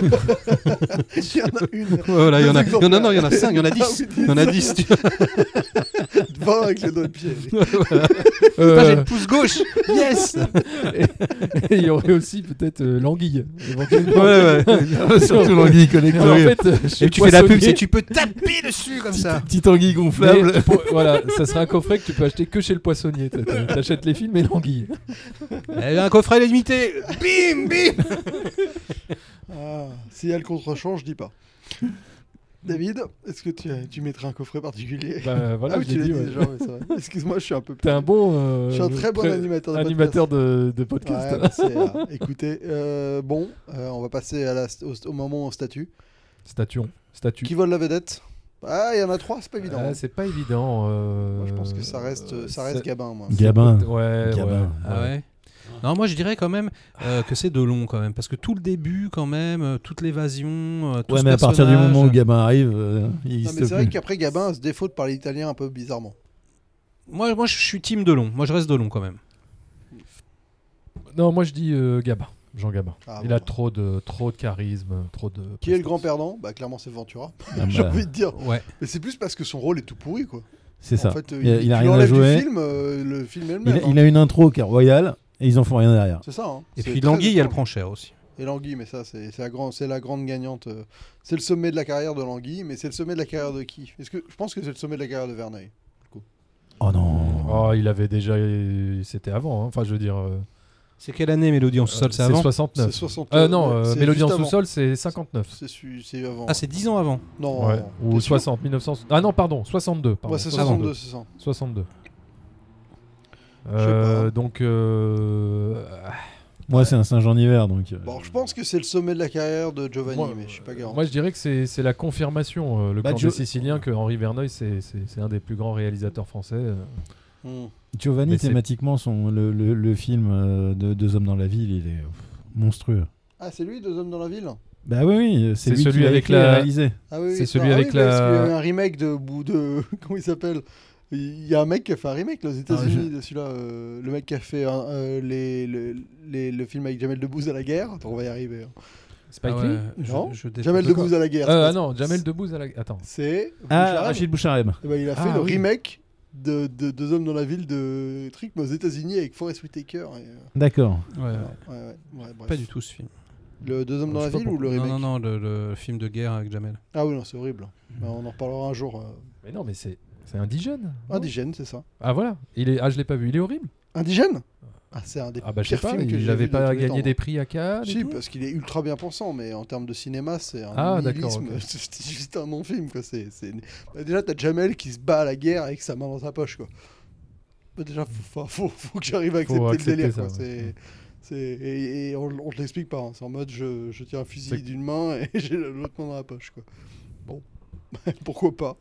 B: Il y en a une.
D: Voilà, il y en a.
B: Deux
D: Non, non, non, il y en a
B: exemplaires.
D: 5, il y en a 10.
B: Ah oui,
D: Il y en a 10. tu-
B: Vingt avec les doigts de pied.
D: Voilà.
C: Euh,
D: Putain, j'ai le pouce gauche. Yes.
C: et il y aurait aussi peut-être euh, l'anguille. éventuellement.
E: Surtout l'anguille connectée.
C: Mais en fait, euh, je suis
D: Et tu fais la pub,
C: poissonnier.
D: c'est tu peux taper dessus comme ça.
E: Petite anguille
C: Mais
E: gonflable.
C: tu pour- voilà, ça serait un coffret que tu peux acheter que chez le poissonnier. T'as- t'as- T'achètes les films et l'anguille.
D: Elle a un coffret limité. Bim, bim.
B: Ah, S'il y a le contre-champ, je dis pas. David, est-ce que tu, as- tu mettrais un coffret particulier
C: Bah, voilà,
B: Ah oui,
C: je
B: tu
C: l'ai
B: l'as
C: dit.
B: dit
C: ouais.
B: déjà, ouais, c'est vrai. Excuse-moi, je suis un peu.
C: T'es un bon. euh,
B: je suis un très bon
C: pré-
B: animateur de
C: animateur de, de podcast.
B: podcast. Ouais, bah, c'est, euh, écoutez, euh, bon, euh, on va passer à la, au, au moment au statut.
C: Station. Statue.
B: Qui vole la vedette Ah, il y en a trois, c'est
E: Euh,
B: pas évident.
C: Ah, c'est pas évident. euh,
B: Moi, je pense que ça reste, euh, ça reste
C: c'est-
B: Gabin, moi.
E: Gabin.
C: Ouais, ouais,
E: Gabin.
D: Ah ouais. Non, moi je dirais quand même euh, que c'est de long quand même, parce que tout le début quand même, euh, toute l'évasion, euh, tout
E: Ouais,
D: ce
E: mais à partir du
D: personnage- euh,
E: moment où Gabin arrive, euh, il
B: Non,
E: existe
B: mais c'est vrai
E: plus.
B: qu'après Gabin se défaut de parler italien un peu bizarrement.
D: Moi, moi je suis team de long, moi je reste de long quand même.
C: Non, moi je dis euh, Gabin. Jean Gabin.
B: Ah,
C: Il
B: bon.
C: a trop de, trop de charisme, trop de.
B: Qui est le grand perdant Bah clairement c'est Ventura.
E: Ah
B: J'ai
E: bah,
B: envie de dire.
D: Ouais.
B: Mais c'est plus parce que son rôle est tout pourri quoi.
E: C'est ça.
B: En fait, euh,
E: Il a- il a
B: tu
E: rien à
B: l'enlèves
E: jouer.
B: Du film, euh, le film est le
E: Il
B: même.
E: a,
B: hein.
E: il a une intro qui est royale et ils en font rien derrière.
B: C'est ça. hein.
D: Et
B: C'est
D: puis
B: très
D: l'anguille, elle
B: étrange.
D: prend cher aussi.
B: Et l'anguille, mais ça c'est c'est la, grand- c'est la grande gagnante. euh, C'est le sommet de la carrière de l'anguille, mais c'est le sommet de la carrière de qui Est-ce que je pense que c'est le sommet de la carrière de Verneuil
E: Oh non.
C: Oh, il avait déjà. C'était avant. hein. Enfin, je veux dire. euh,
D: C'est quelle année Mélodie en sous-sol Euh, C'est avant
C: 69.
B: C'est 60.
C: Euh, non, euh,
B: c'est
C: Mélodie en
B: juste avant.
C: sous-sol, c'est 59.
B: C'est su- c'est avant.
D: Ah, c'est 10 ans avant.
B: non.
C: Ouais.
B: non.
C: Ou
B: T'es sûr
C: 60, 1900. Ah non, pardon, 62. Pardon,
B: Ouais, c'est 62,
C: 62.
B: c'est ça.
C: 62.
B: sais
C: Euh,
B: pas.
C: donc, euh,
E: Moi, c'est un singe en hiver, donc. euh,
B: Bon, je pense que c'est le sommet de la carrière de Giovanni,
C: Moi,
B: mais je suis pas
C: euh,
B: garant.
C: moi je dirais que c'est c'est la confirmation, euh, le
E: Bah,
C: clan
E: Gio-
C: des Siciliens, que Henri Verneuil, c'est- c'est c'est un des plus grands réalisateurs français. euh.
B: Hmm.
E: Giovanni,
C: Mais c'est-
E: thématiquement, son, le, le- le film euh, de Deux hommes dans la ville, il est pff, monstrueux.
B: Ah, c'est lui, deux hommes dans la ville
E: Bah oui, oui, c'est
C: C'est
E: lui
C: celui
E: qui l'a
C: avec
E: écrit
C: la-
E: et réalisé.
B: Ah oui,
C: C'est
B: oui,
C: celui
B: ah
C: avec
B: oui, parce
C: la-
B: qu'il y a eu un remake de bout de comment il s'appelle Il y a un mec qui a fait un remake
C: Ah,
B: là, aux États-Unis de celui-là. euh, le mec qui a fait un- euh, les, le- les- le film avec Jamel Debbouze à la guerre. Attends, on va y arriver. hein.
C: Spike
D: Ah ouais,
C: Lee
D: je-
B: Non,
D: je déteste.
B: Jamel Debbouze à la guerre.
C: Euh, Ah
B: c'est pas-
C: non, Jamel Debbouze à la. Attends.
B: C'est
E: Ah,
B: Bouchareb.
E: Rachid Bouchareb.
B: Eh ben, il a fait
C: Ah,
B: le
C: oui.
B: remake de, de Deux hommes dans la ville de Trick, mais aux États-Unis avec Forest Whitaker. et, euh,
E: D'accord.
D: Ouais, ouais.
B: ouais, ouais, ouais, bref.
D: Pas du tout ce film.
B: Le Deux hommes
C: Je
B: dans la
C: sais pas
B: ville ou le
D: non,
B: remake
D: non, non, le, le film de guerre avec Jamel.
B: Ah oui, non, c'est horrible. Ben, on en reparlera un jour. euh.
C: Mais non, mais c'est c'est indigène. non
B: Indigène, c'est ça.
C: Ah voilà, il est... ah, je l'ai pas vu, il est horrible.
B: Indigène Ah, c'est un des
C: Ah bah je sais
B: pires
C: pas,
B: films que
C: il
B: j'ai
C: avait
B: vu de
C: pas
B: tous les
C: gagné
B: temps. hein.
C: des prix à Cannes. et
B: Si,
C: tout
B: parce qu'il est ultra bien pensant, mais en termes de cinéma, c'est un
C: Ah, d'accord,
B: nihilisme. C'est juste un non-film, quoi. C'est, c'est- Bah, déjà, t'as Jamel qui se bat à la guerre avec sa main dans sa poche, quoi. Bah, déjà, faut, faut, faut- faut que j'arrive à accepter,
C: Faut accepter
B: le délire,
C: ça,
B: quoi.
C: ouais.
B: C'est, c'est- et, et on, on te l'explique pas. hein. C'est en mode, je, je tiens un fusil
C: C'est-
B: d'une main et j'ai l'autre main dans la poche, quoi. Bon, pourquoi pas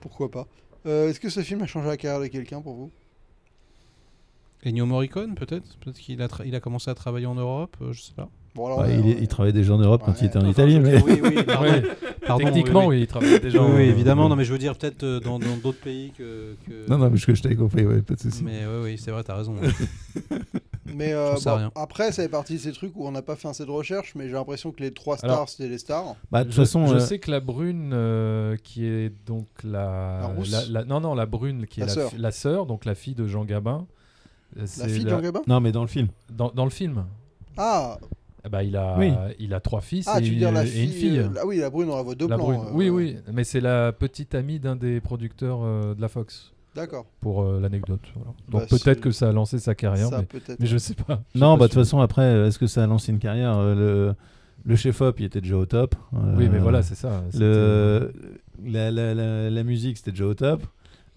B: Pourquoi pas Euh, Est-ce que ce film a changé la carrière de quelqu'un pour vous
D: Ennio Morricone, peut-être Peut-être qu'il a, tra- il a commencé à travailler en Europe, euh, je sais pas.
B: Bon, alors,
E: Bah,
B: ouais,
E: il, est-
B: ouais.
E: il travaillait déjà en Europe quand
B: Ouais.
E: il était en
D: Enfin,
E: Italie,
D: je-
E: mais.
D: Oui, oui, pardon.
C: Ouais.
D: Pardon,
C: Techniquement,
D: oui.
C: il travaillait
D: Oui,
C: déjà.
D: oui,
C: en-
D: oui, évidemment. Non, mais je veux dire, peut-être euh, dans dans d'autres pays que. que-
E: Non, non, mais je, que je t'avais compris, ouais, pas de soucis.
D: Mais oui, oui, c'est vrai, t'as raison.
B: Mais euh,
D: J'en sais
B: bon,
D: rien.
B: après, ça fait partie de ces trucs où on n'a pas fait assez de recherche, mais j'ai l'impression que les trois stars,
C: Alors-
B: c'était les stars.
E: Bah, de toute façon,
C: je
E: euh,
C: sais que la brune euh, qui est donc la,
B: La rousse
C: non non la brune qui
B: La
C: est la
B: sœur.
C: fi- la sœur donc la fille de Jean Gabin. euh,
B: La
C: c'est
B: fille de
C: la-
B: Jean Gabin
E: non, mais dans le film.
C: dans, dans le film.
B: Ah,
C: Ah Bah, il a
E: Oui.
C: il a trois fils
B: ah,
C: et,
B: tu veux dire la
C: et
B: fille.
C: une fille.
B: euh, la- oui, la brune, on la voit deux
C: la
B: plans.
C: brune.
B: euh,
C: oui
B: ouais.
C: oui mais c'est la petite amie d'un des producteurs euh, de la Fox
B: D'accord.
C: pour euh, l'anecdote. voilà. Donc
B: Bah, c'est-
C: peut-être que ça a lancé sa carrière
B: Ça
C: mais,
B: peut-être.
C: mais je sais pas. Je
E: Non,
C: suis pas
E: bah, de toute
C: sûr.
E: façon, après, euh, est-ce que ça a lancé une carrière Euh, Le, le chef-op, il était déjà au top.
C: Oui mais
E: Euh,
C: voilà c'est ça. c'était-
E: le, euh, la, la, la, la musique, c'était déjà au top.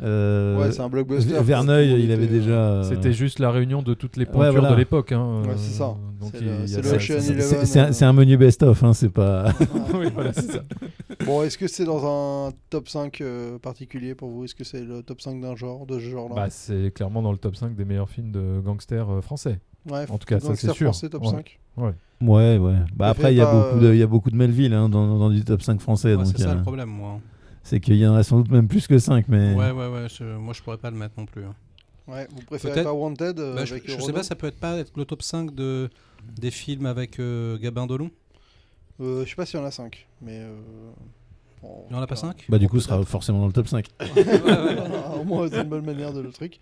E: Euh,
B: Ouais, c'est un blockbuster.
E: Ver-
B: Tout le
E: Verneuil,
B: monde
E: il avait
B: était-
E: déjà. euh,
C: C'était juste la réunion de toutes les
E: Ouais,
C: pointures
E: voilà.
C: de l'époque. hein,
B: Ouais,
C: euh,
B: c'est ça.
C: donc
B: C'est
C: il-
B: le-
C: il y
B: c'est
C: a
B: le
C: ça-
B: Ocean
C: ça-
E: c'est-
B: Eleven,
E: c'est- C'est
B: euh.
E: un, c'est un menu best-of, hein, c'est pas.
C: Oui, voilà, c'est ça.
B: Bon, est-ce que c'est dans un top 5 euh, particulier pour vous Est-ce que c'est le top 5 d'un genre, de ce genre-là
C: Bah, c'est clairement dans le top 5 des meilleurs films de gangsters euh, français.
B: Ouais,
C: en tout cas, ça,
B: gangster
C: c'est sûr.
B: français, top
C: Ouais.
B: 5.
E: Ouais, ouais. Bah,
B: Il
E: après,
B: fait
E: il y, a
B: pas,
E: beaucoup
B: euh,
E: de- il y a beaucoup de Melville hein, dans, dans du top 5 français.
D: Ouais,
E: donc,
D: c'est ça
E: euh,
D: le problème, moi. hein.
E: c'est qu'il y en a sans doute même plus que 5. Mais...
D: Ouais, ouais, ouais. je- Moi, je pourrais pas le mettre non plus. hein.
B: Ouais, vous préférez
D: Peut-être-
B: pas Wanted euh,
D: Bah, je,
B: avec
D: je sais
B: Renaud
D: pas, ça peut être pas être le top 5 de, des films avec euh, Gabin Delon.
B: Euh, Je sais pas s'il y en a 5, mais. euh, bon,
D: Il y en a pas
B: verra.
D: 5
E: Bah, du coup, ce sera forcément dans le top 5.
B: Au moins, c'est une bonne manière de le truc.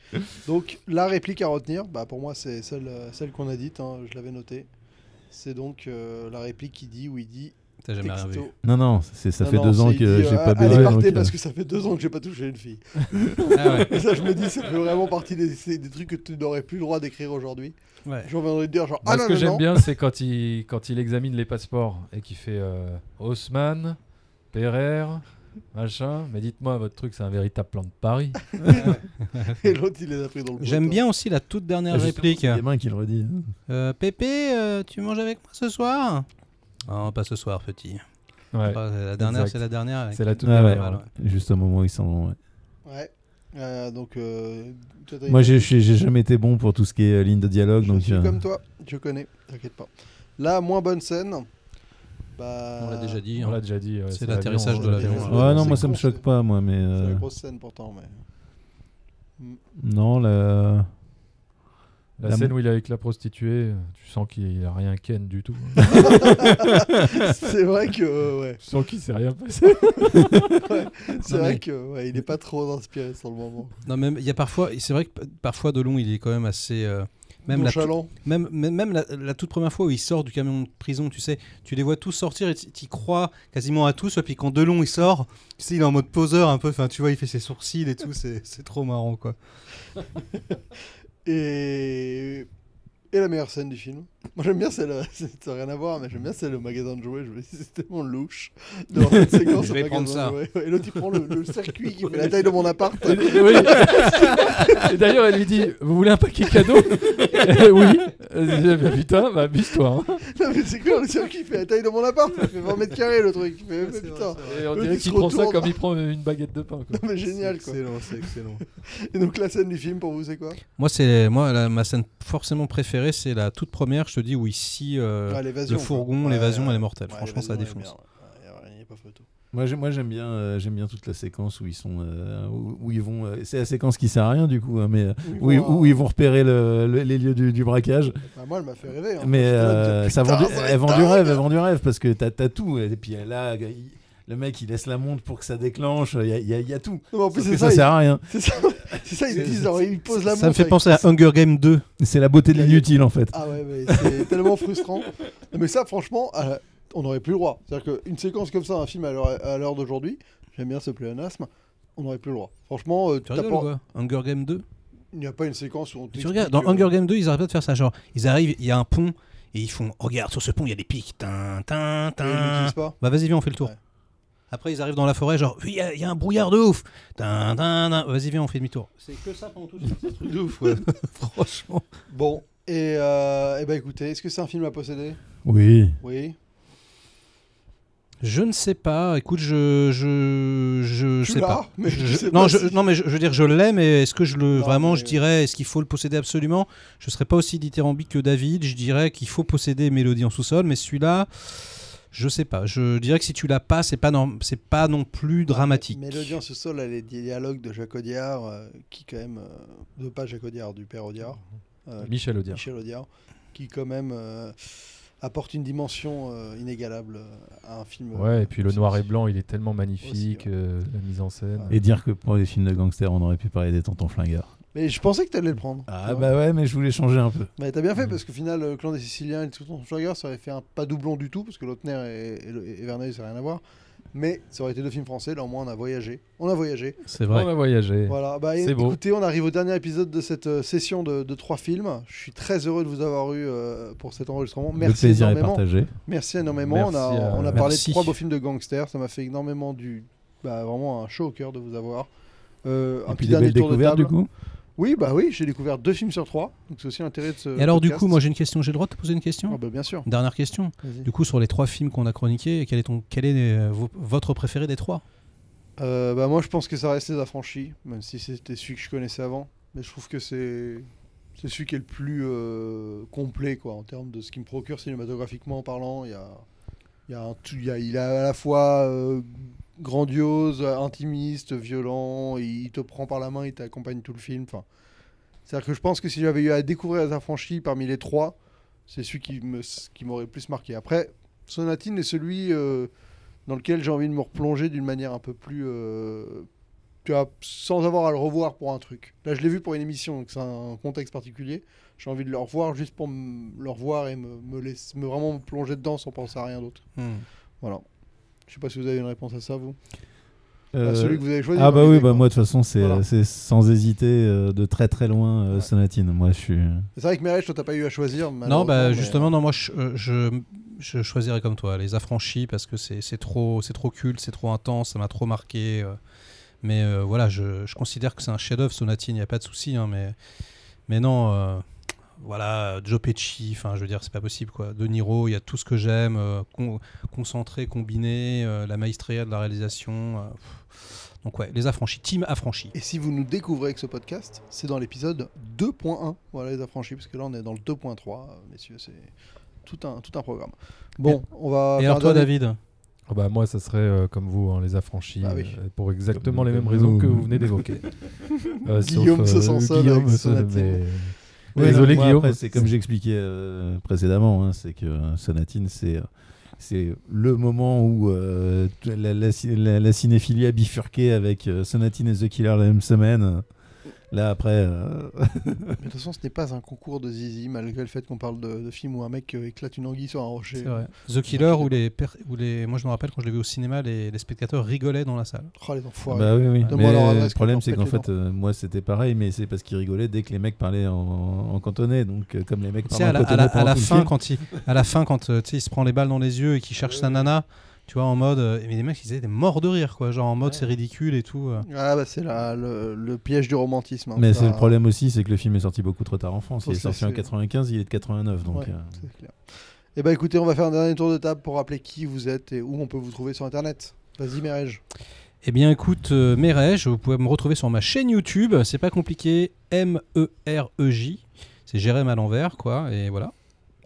B: Donc, la réplique à retenir, bah, pour moi, c'est celle, euh, celle qu'on a dite, hein, je l'avais notée. C'est donc euh, la réplique qui dit, où il dit,
D: T'as jamais rien vu.
B: texto.
E: Non, non, c'est- ça
B: Non,
E: fait
B: non,
E: deux
B: c'est-
E: ans
B: il dit,
E: que j'ai
B: euh,
E: pas
B: Allez,
E: baisé. donc,
B: partez,
E: euh,
B: parce que ça fait deux ans que j'ai pas touché une fille.
D: Ah ouais.
B: Et ça, je me dis, ça fait vraiment partie des, c'est des trucs que tu n'aurais plus le droit d'écrire aujourd'hui.
D: ouais.
B: J'en viendrais te dire, genre,
C: Moi,
B: ah
C: ce
B: non,
C: que
B: non,
C: j'aime
B: non.
C: bien, c'est quand il, quand il examine les passeports et qu'il fait euh, Haussmann, Perrer, machin. Mais dites-moi, votre truc, c'est un véritable plan de Paris.
B: Et l'autre, il les a pris dans le pot,
D: J'aime
B: hein.
D: bien aussi la toute dernière réplique.
E: C'est mains qui le redit.
D: Euh, Pépé, euh, tu manges avec moi ce soir Non, pas ce soir, petit.
C: Ouais.
D: Ah, la dernière,
C: exact.
D: c'est la dernière. avec-
C: C'est la toute
E: Ah ouais,
C: dernière. hein.
D: ouais.
E: Juste au moment où ils s'en vont. ouais.
B: Ouais. Euh, donc, euh, toi, t'as-
E: Moi, j'ai j'ai- j'ai jamais été bon pour tout ce qui est euh, ligne de dialogue.
B: Je
E: donc,
B: suis
E: euh,
B: comme toi, je connais, t'inquiète pas. La moins bonne scène. Bah,
D: On l'a déjà dit.
C: On
D: hein.
C: l'a déjà dit. ouais,
D: C'est
C: l'avion,
D: l'atterrissage de
C: ouais.
D: l'avion,
B: là.
E: Ouais, non,
B: C'est
E: moi, ça me
B: con,
E: choque
B: c'est-
E: pas, moi, mais.
B: C'est
E: euh,
B: la grosse scène pourtant, mais.
E: Non, la.
C: euh, La,
E: La
C: scène
E: mo-
C: où il est avec la prostituée, euh, tu sens qu'il a rien ken du tout. hein.
B: c'est vrai que. euh, ouais.
C: tu sens qu'il s'est rien passé.
B: C'est
D: Non,
B: vrai
D: mais-
B: que. ouais, il est pas trop inspiré sur le moment.
D: Non, même il y a parfois. C'est vrai que p- parfois Delon, il est quand même assez. euh, même la,
B: Nonchalant.
D: Même, même, même la, la toute première fois où il sort du camion de prison, tu sais, tu les vois tous sortir et tu crois quasiment à tous. Et puis quand Delon il sort, tu sais, il est en mode poseur un peu. Enfin, tu vois, il fait ses sourcils et tout. C'est c'est trop marrant, quoi.
B: Et. Et la meilleure scène du film. Moi j'aime bien celle. c'est- Ça n'a rien à voir, mais j'aime bien celle au magasin de jouets. Je me dis, c'est tellement louche. De voir cette séquence
D: Je
B: au
D: vais
B: magasin
D: prendre ça.
B: de jouets. Ouais, Et l'autre il prend le, le circuit qui fait la taille de mon appart.
C: Et, oui. Et d'ailleurs, elle lui dit Vous voulez un paquet cadeau Eh Oui. Elle dit, Bah, putain, bah, abuse-toi. hein.
B: Non mais c'est clair, le circuit fait la taille de mon appart. Ça fait 20 mètres carrés le truc. Mais mais putain.
C: Et on
B: L'autre,
C: dirait
B: il se
C: qu'il prend ça
B: retourne.
C: comme il prend une baguette de pain. quoi.
B: Non mais génial quoi.
D: Excellent, c'est excellent.
B: Et donc la scène du film pour vous c'est quoi
D: moi, c'est moi la- ma scène forcément préférée, c'est la toute première. Je te dis où ici euh,
B: Ouais, Ah, l'évasion,
D: le
B: quoi.
D: fourgon,
B: Ouais,
D: l'évasion,
B: ouais.
D: elle est mortelle.
B: Ouais,
D: Franchement, ça
B: l'évasion, elle est
D: défonce.
B: bien, ouais. Ouais, y a pas photo.
E: Moi, j'ai- moi, j'aime bien, euh, j'aime bien toute la séquence où ils sont, euh, où, où ils vont. euh, c'est la séquence qui sert à rien du coup, hein, mais euh, où, ils-
B: Wow.
E: où ils vont repérer le- le- les lieux du, du braquage.
B: Bah, moi elle m'a fait rêver. hein.
E: mais
B: J'étais là,
E: euh,
B: putain,
E: ça vend du,
B: ça va
E: elle
B: être
E: vend du
B: dingue.
E: rêve, elle vend du rêve parce que t'as t'as tout. Et puis euh, là, il- le mec, il laisse la montre pour que ça déclenche. Il y a, il y a- il y a tout.
B: Non, mais en plus
E: Sauf que
B: c'est
E: ça,
B: ça.
E: sert à rien.
B: il- C'est ça. C'est ça ils disent genre ils posent la
D: Ça me
B: montre
D: fait
B: avec-
D: penser à Hunger Game 2.
E: C'est la beauté de
B: Il y a-
E: l'inutile en fait.
B: Ah ouais mais c'est tellement frustrant. Non, mais ça franchement euh, on n'aurait plus le droit. C'est-à-dire qu'une séquence comme ça un film à l'heure à l'heure d'aujourd'hui, j'aime bien ce pléonasme, on n'aurait plus le droit. Franchement euh,
D: Tu
B: t'as
D: rigoles,
B: pas-
D: quoi Hunger Game 2
B: il n'y a pas une séquence où on
D: Tu regardes, dans
B: t'explique,
D: Hunger
B: euh,
D: Game 2, ils arrêtent pas de faire ça. Genre, ils arrivent, il y a un pont, et ils font Regarde, sur ce pont, il y a des pics. Tin, tin,
B: et ils
D: tin.
B: l'utilisent pas.
D: Bah, vas-y, viens, on fait le tour.
B: Ouais.
D: Après, ils arrivent dans la forêt, genre, il y, a- il y a un brouillard de ouf. Tin, tin, tin. Vas-y, viens, on fait demi-tour. C'est que ça pendant tout ce truc de ouf, ouais. Franchement.
B: Bon et euh, eh ben écoutez, est-ce que c'est un film à posséder
E: Oui.
B: Oui.
D: Je ne sais pas. Écoute, je. Je. Je, je
B: Tu
D: sais
B: l'as,
D: pas.
B: mais tu
D: Je-
B: sais
D: non,
B: pas
D: je,
B: si-
D: non, mais je, je veux dire, je l'ai, mais est-ce que je le.
B: Non,
D: vraiment,
B: mais-
D: je dirais, est-ce qu'il faut le posséder absolument Je serais pas aussi dithyrambique que David. Je dirais qu'il faut posséder Mélodie en sous-sol, mais celui-là. Je sais pas. Je dirais que si tu l'as pas, c'est pas, norm- c'est pas non plus dramatique.
B: Mélodie en sous-sol, elle est des dialogues de Jacques Audiard, euh, qui quand même, euh, de pas Jacques Audiard, du père Audiard, euh,
C: Michel Audiard.
B: Michel Audiard, qui quand même euh, apporte une dimension euh, inégalable euh, à un film.
C: Ouais, et puis le
B: C'est-
C: noir et
B: c'est-
C: blanc, il est tellement magnifique,
B: Aussi, hein. ouais.
C: euh, la mise en scène.
E: Et dire que pour les films de gangsters, on aurait pu parler des tontons flingueurs.
B: Mais je pensais que t'allais le prendre.
E: Ah
B: Ouais.
E: bah ouais, mais je voulais changer un peu.
B: Mais t'as bien fait
C: Mm.
B: parce qu'au final, le clan des Siciliens et le Souton Schlager, ça aurait fait un pas doublon du tout parce que Lautner et, et, le- et Verneuil, ça n'a rien à voir. Mais ça aurait été deux films français, là au moins on a voyagé. On a voyagé.
D: C'est
C: On a voyagé.
B: Voilà, bah,
C: C'est beau.
B: écoutez, on arrive au dernier épisode de cette euh, session de, de trois films. Je suis très heureux de vous avoir eu euh, pour cet enregistrement.
E: le
B: Merci
E: plaisir est
B: énormément.
E: partagé.
B: Merci énormément. on a,
C: Merci à-
B: on a parlé
D: Merci.
B: de trois beaux films de gangsters. Ça m'a fait énormément du. Bah, vraiment un chaud au cœur de vous avoir. Euh,
E: Et
B: un petit
E: puis des
B: dernier
E: belles
B: tour de
E: découvertes
B: table.
E: du coup.
B: Oui, bah oui, j'ai découvert deux films sur trois. Donc c'est aussi l'intérêt de ce.
D: Et alors, du
B: euh, podcast.
D: coup, moi, j'ai une question. J'ai le droit de te poser une question
B: Ah, bah, bien sûr.
D: Dernière question.
B: Vas-y.
D: Du coup, sur les trois films qu'on a chroniqués, quel est, ton, quel est euh, vo- votre préféré des trois
B: Euh, bah, moi, je pense que ça reste Les Affranchis, même si c'était celui que je connaissais avant. Mais je trouve que c'est. C'est celui qui est le plus euh, complet, quoi, en termes de ce qu'il me procure cinématographiquement parlant. Il y a. Il, y a un tout- il y a- il est à la fois euh, grandiose, intimiste, violent. Il, il te prend par la main, il t'accompagne tout le film. Enfin, C'est-à-dire que je pense que si j'avais eu à découvrir Les Affranchis parmi les trois, c'est celui qui me- qui m'aurait le plus marqué. Après, Sonatine est celui euh, dans lequel j'ai envie de me replonger d'une manière un peu plus. euh, tu vois, sans avoir à le revoir pour un truc. Là, je l'ai vu pour une émission, donc c'est un contexte particulier. J'ai envie de le revoir juste pour me- le revoir et me, me, laisser- me vraiment me plonger dedans sans penser à rien d'autre. Voilà. Je sais pas si vous avez une réponse à ça, vous. À
E: Euh,
B: celui que vous avez choisi.
E: Ah bah oui,
B: l'idée,
E: bah
B: quoi.
E: moi de toute façon c'est
B: Voilà.
E: c'est sans hésiter euh, de très très loin euh,
B: Ouais.
E: Sonatine. Moi je suis.
B: C'est vrai que Merech, toi, t'as pas eu à choisir.
D: Non,
B: malheureusement,
D: bah
B: mais-
D: justement, non, moi, je, euh, je, je choisirais comme toi, Les Affranchis, parce que c'est c'est trop, c'est trop culte, c'est trop intense, ça m'a trop marqué. euh. mais euh, voilà, je, je considère que c'est un chef-d'œuvre, Sonatine, il n'y a pas de souci. hein, mais, mais non, euh, voilà, Joe Pesci, enfin, je veux dire, c'est pas possible, quoi. De Niro, il y a tout ce que j'aime, euh, con- concentré, combiné, euh, la maestria de la réalisation. euh, pff. donc ouais, Les Affranchis, Team Affranchis.
B: Et si vous nous découvrez avec ce podcast, c'est dans l'épisode 2.1. Voilà les affranchis, parce que là on est dans le 2.3, euh, messieurs, c'est tout un, tout un programme. Bon, on va.
D: Et
B: faire
D: alors toi,
B: un dernier-
D: David
C: Ah bah, moi, ça serait euh, comme vous, hein, les affranchis,
B: Ah oui.
C: euh, pour exactement les mêmes
E: Comme
C: raisons
E: nous.
C: que vous venez d'évoquer. Euh,
B: Guillaume se sent seul
C: Guillaume
B: avec
C: se-
B: Sonatine.
C: mais-
E: Ouais,
C: Désolé,
E: non, moi,
C: Guillaume.
E: après, C'est comme j'expliquais euh, précédemment, hein, c'est que euh, Sonatine, c'est euh, c'est le moment où euh, t- la, la ci- la- la cinéphilie a bifurqué avec euh, Sonatine et The Killer la même semaine. Là après, euh,
B: Mais de toute façon, ce n'est pas un concours de zizi, malgré le fait qu'on parle de, de film où un mec euh, éclate une anguille sur un rocher.
D: C'est vrai. The Killer, où les, per- où les. Moi, je me rappelle quand je l'ai vu au cinéma, les, les spectateurs rigolaient dans la salle.
B: Oh les enfoirés.
E: bah oui, oui.
B: Donne-moi
E: Mais
B: leur adresse
E: le
B: que
E: problème
B: je
E: c'est
B: leur
E: qu'en
B: pète
E: fait, euh, moi c'était pareil, mais c'est parce qu'ils rigolaient dès que les mecs parlaient en, en cantonais. Donc euh, comme les mecs
D: Tu sais,
E: parlaient en
D: à la, à la-
E: cantonais
D: à
E: pendant
D: la
E: tout le
D: fin,
E: film,
D: quand il, à la fin, quand euh, tu sais, il se prend les balles dans les yeux et qu'il cherche sa nana, tu vois, en mode. euh, Mais les mecs, ils étaient morts de rire, quoi. Genre en mode, c'est ridicule et tout. euh.
B: Ah bah c'est la- le, le piège du romantisme. hein,
E: Mais
B: ça,
E: c'est le problème aussi, c'est que le film est sorti beaucoup trop tard en France.
B: Faut
E: Il est
B: se
E: sorti en
B: laisser.
E: 95, il est de 89, donc.
B: Ouais,
E: euh,
B: c'est clair. Eh bah écoutez, on va faire un dernier tour de table pour rappeler qui vous êtes et où on peut vous trouver sur internet. Vas-y, Mérège.
D: Eh bien, écoute, euh, Merège, vous pouvez me retrouver sur ma chaîne YouTube. C'est pas compliqué. E M-E-R-E-J. C'est Jérém à l'envers, quoi. Et voilà.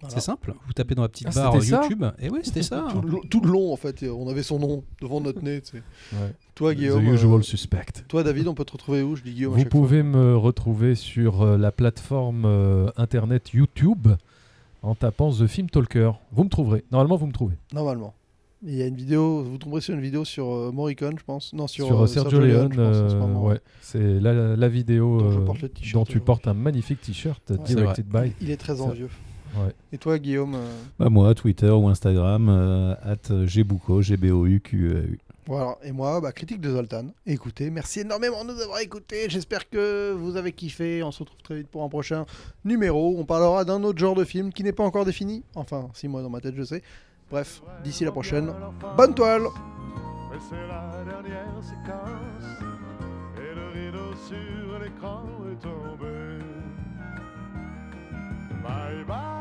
B: Voilà.
D: C'est simple. Vous tapez dans la petite
C: Ah,
D: barre
C: c'était ça
D: YouTube. Et oui, c'était ça.
B: Tout, le long- tout le long, en fait, et on avait son nom devant notre nez. tu sais.
C: Ouais.
B: Toi, Guillaume.
C: The
B: euh,
C: usual suspect.
B: Toi, David, on peut te retrouver où Je dis Guillaume à
C: Vous
B: chaque fois.
C: pouvez me retrouver sur euh, la plateforme euh, internet YouTube en tapant The Film Talker. Vous me trouverez. Normalement, vous me trouvez.
B: Normalement. Il y a une vidéo, vous tomberez sur une vidéo sur euh, Morricone, je pense. Non, sur,
C: Sur,
B: euh,
C: euh, Sergio
B: Leone,
C: Leone,
B: je pense, en ce
C: euh,
B: moment.
C: ouais. c'est la, la vidéo
B: Dont je
C: euh,
B: porte le t-shirt
C: dont tu
B: aujourd'hui.
C: portes un magnifique t-shirt
B: Ouais. C'est
C: directed by.
B: Il est très
C: Ça-
B: envieux.
C: Ouais.
B: Et toi, Guillaume euh,
E: Bah, moi, Twitter ou Instagram, euh, at gbouco, G-B-O-U-Q-E-U.
B: Voilà, et moi, bah, critique de Zoltan. Écoutez, merci énormément de nous avoir écoutés. J'espère que vous avez kiffé. On se retrouve très vite pour un prochain numéro. On parlera d'un autre genre de film qui n'est pas encore défini. Enfin, si moi, dans ma tête, je sais. Bref, d'ici la prochaine, bonne toile
A: Et c'est la dernière séquence. Et le rideau sur l'écran est tombé. Bye bye. Mm-hmm.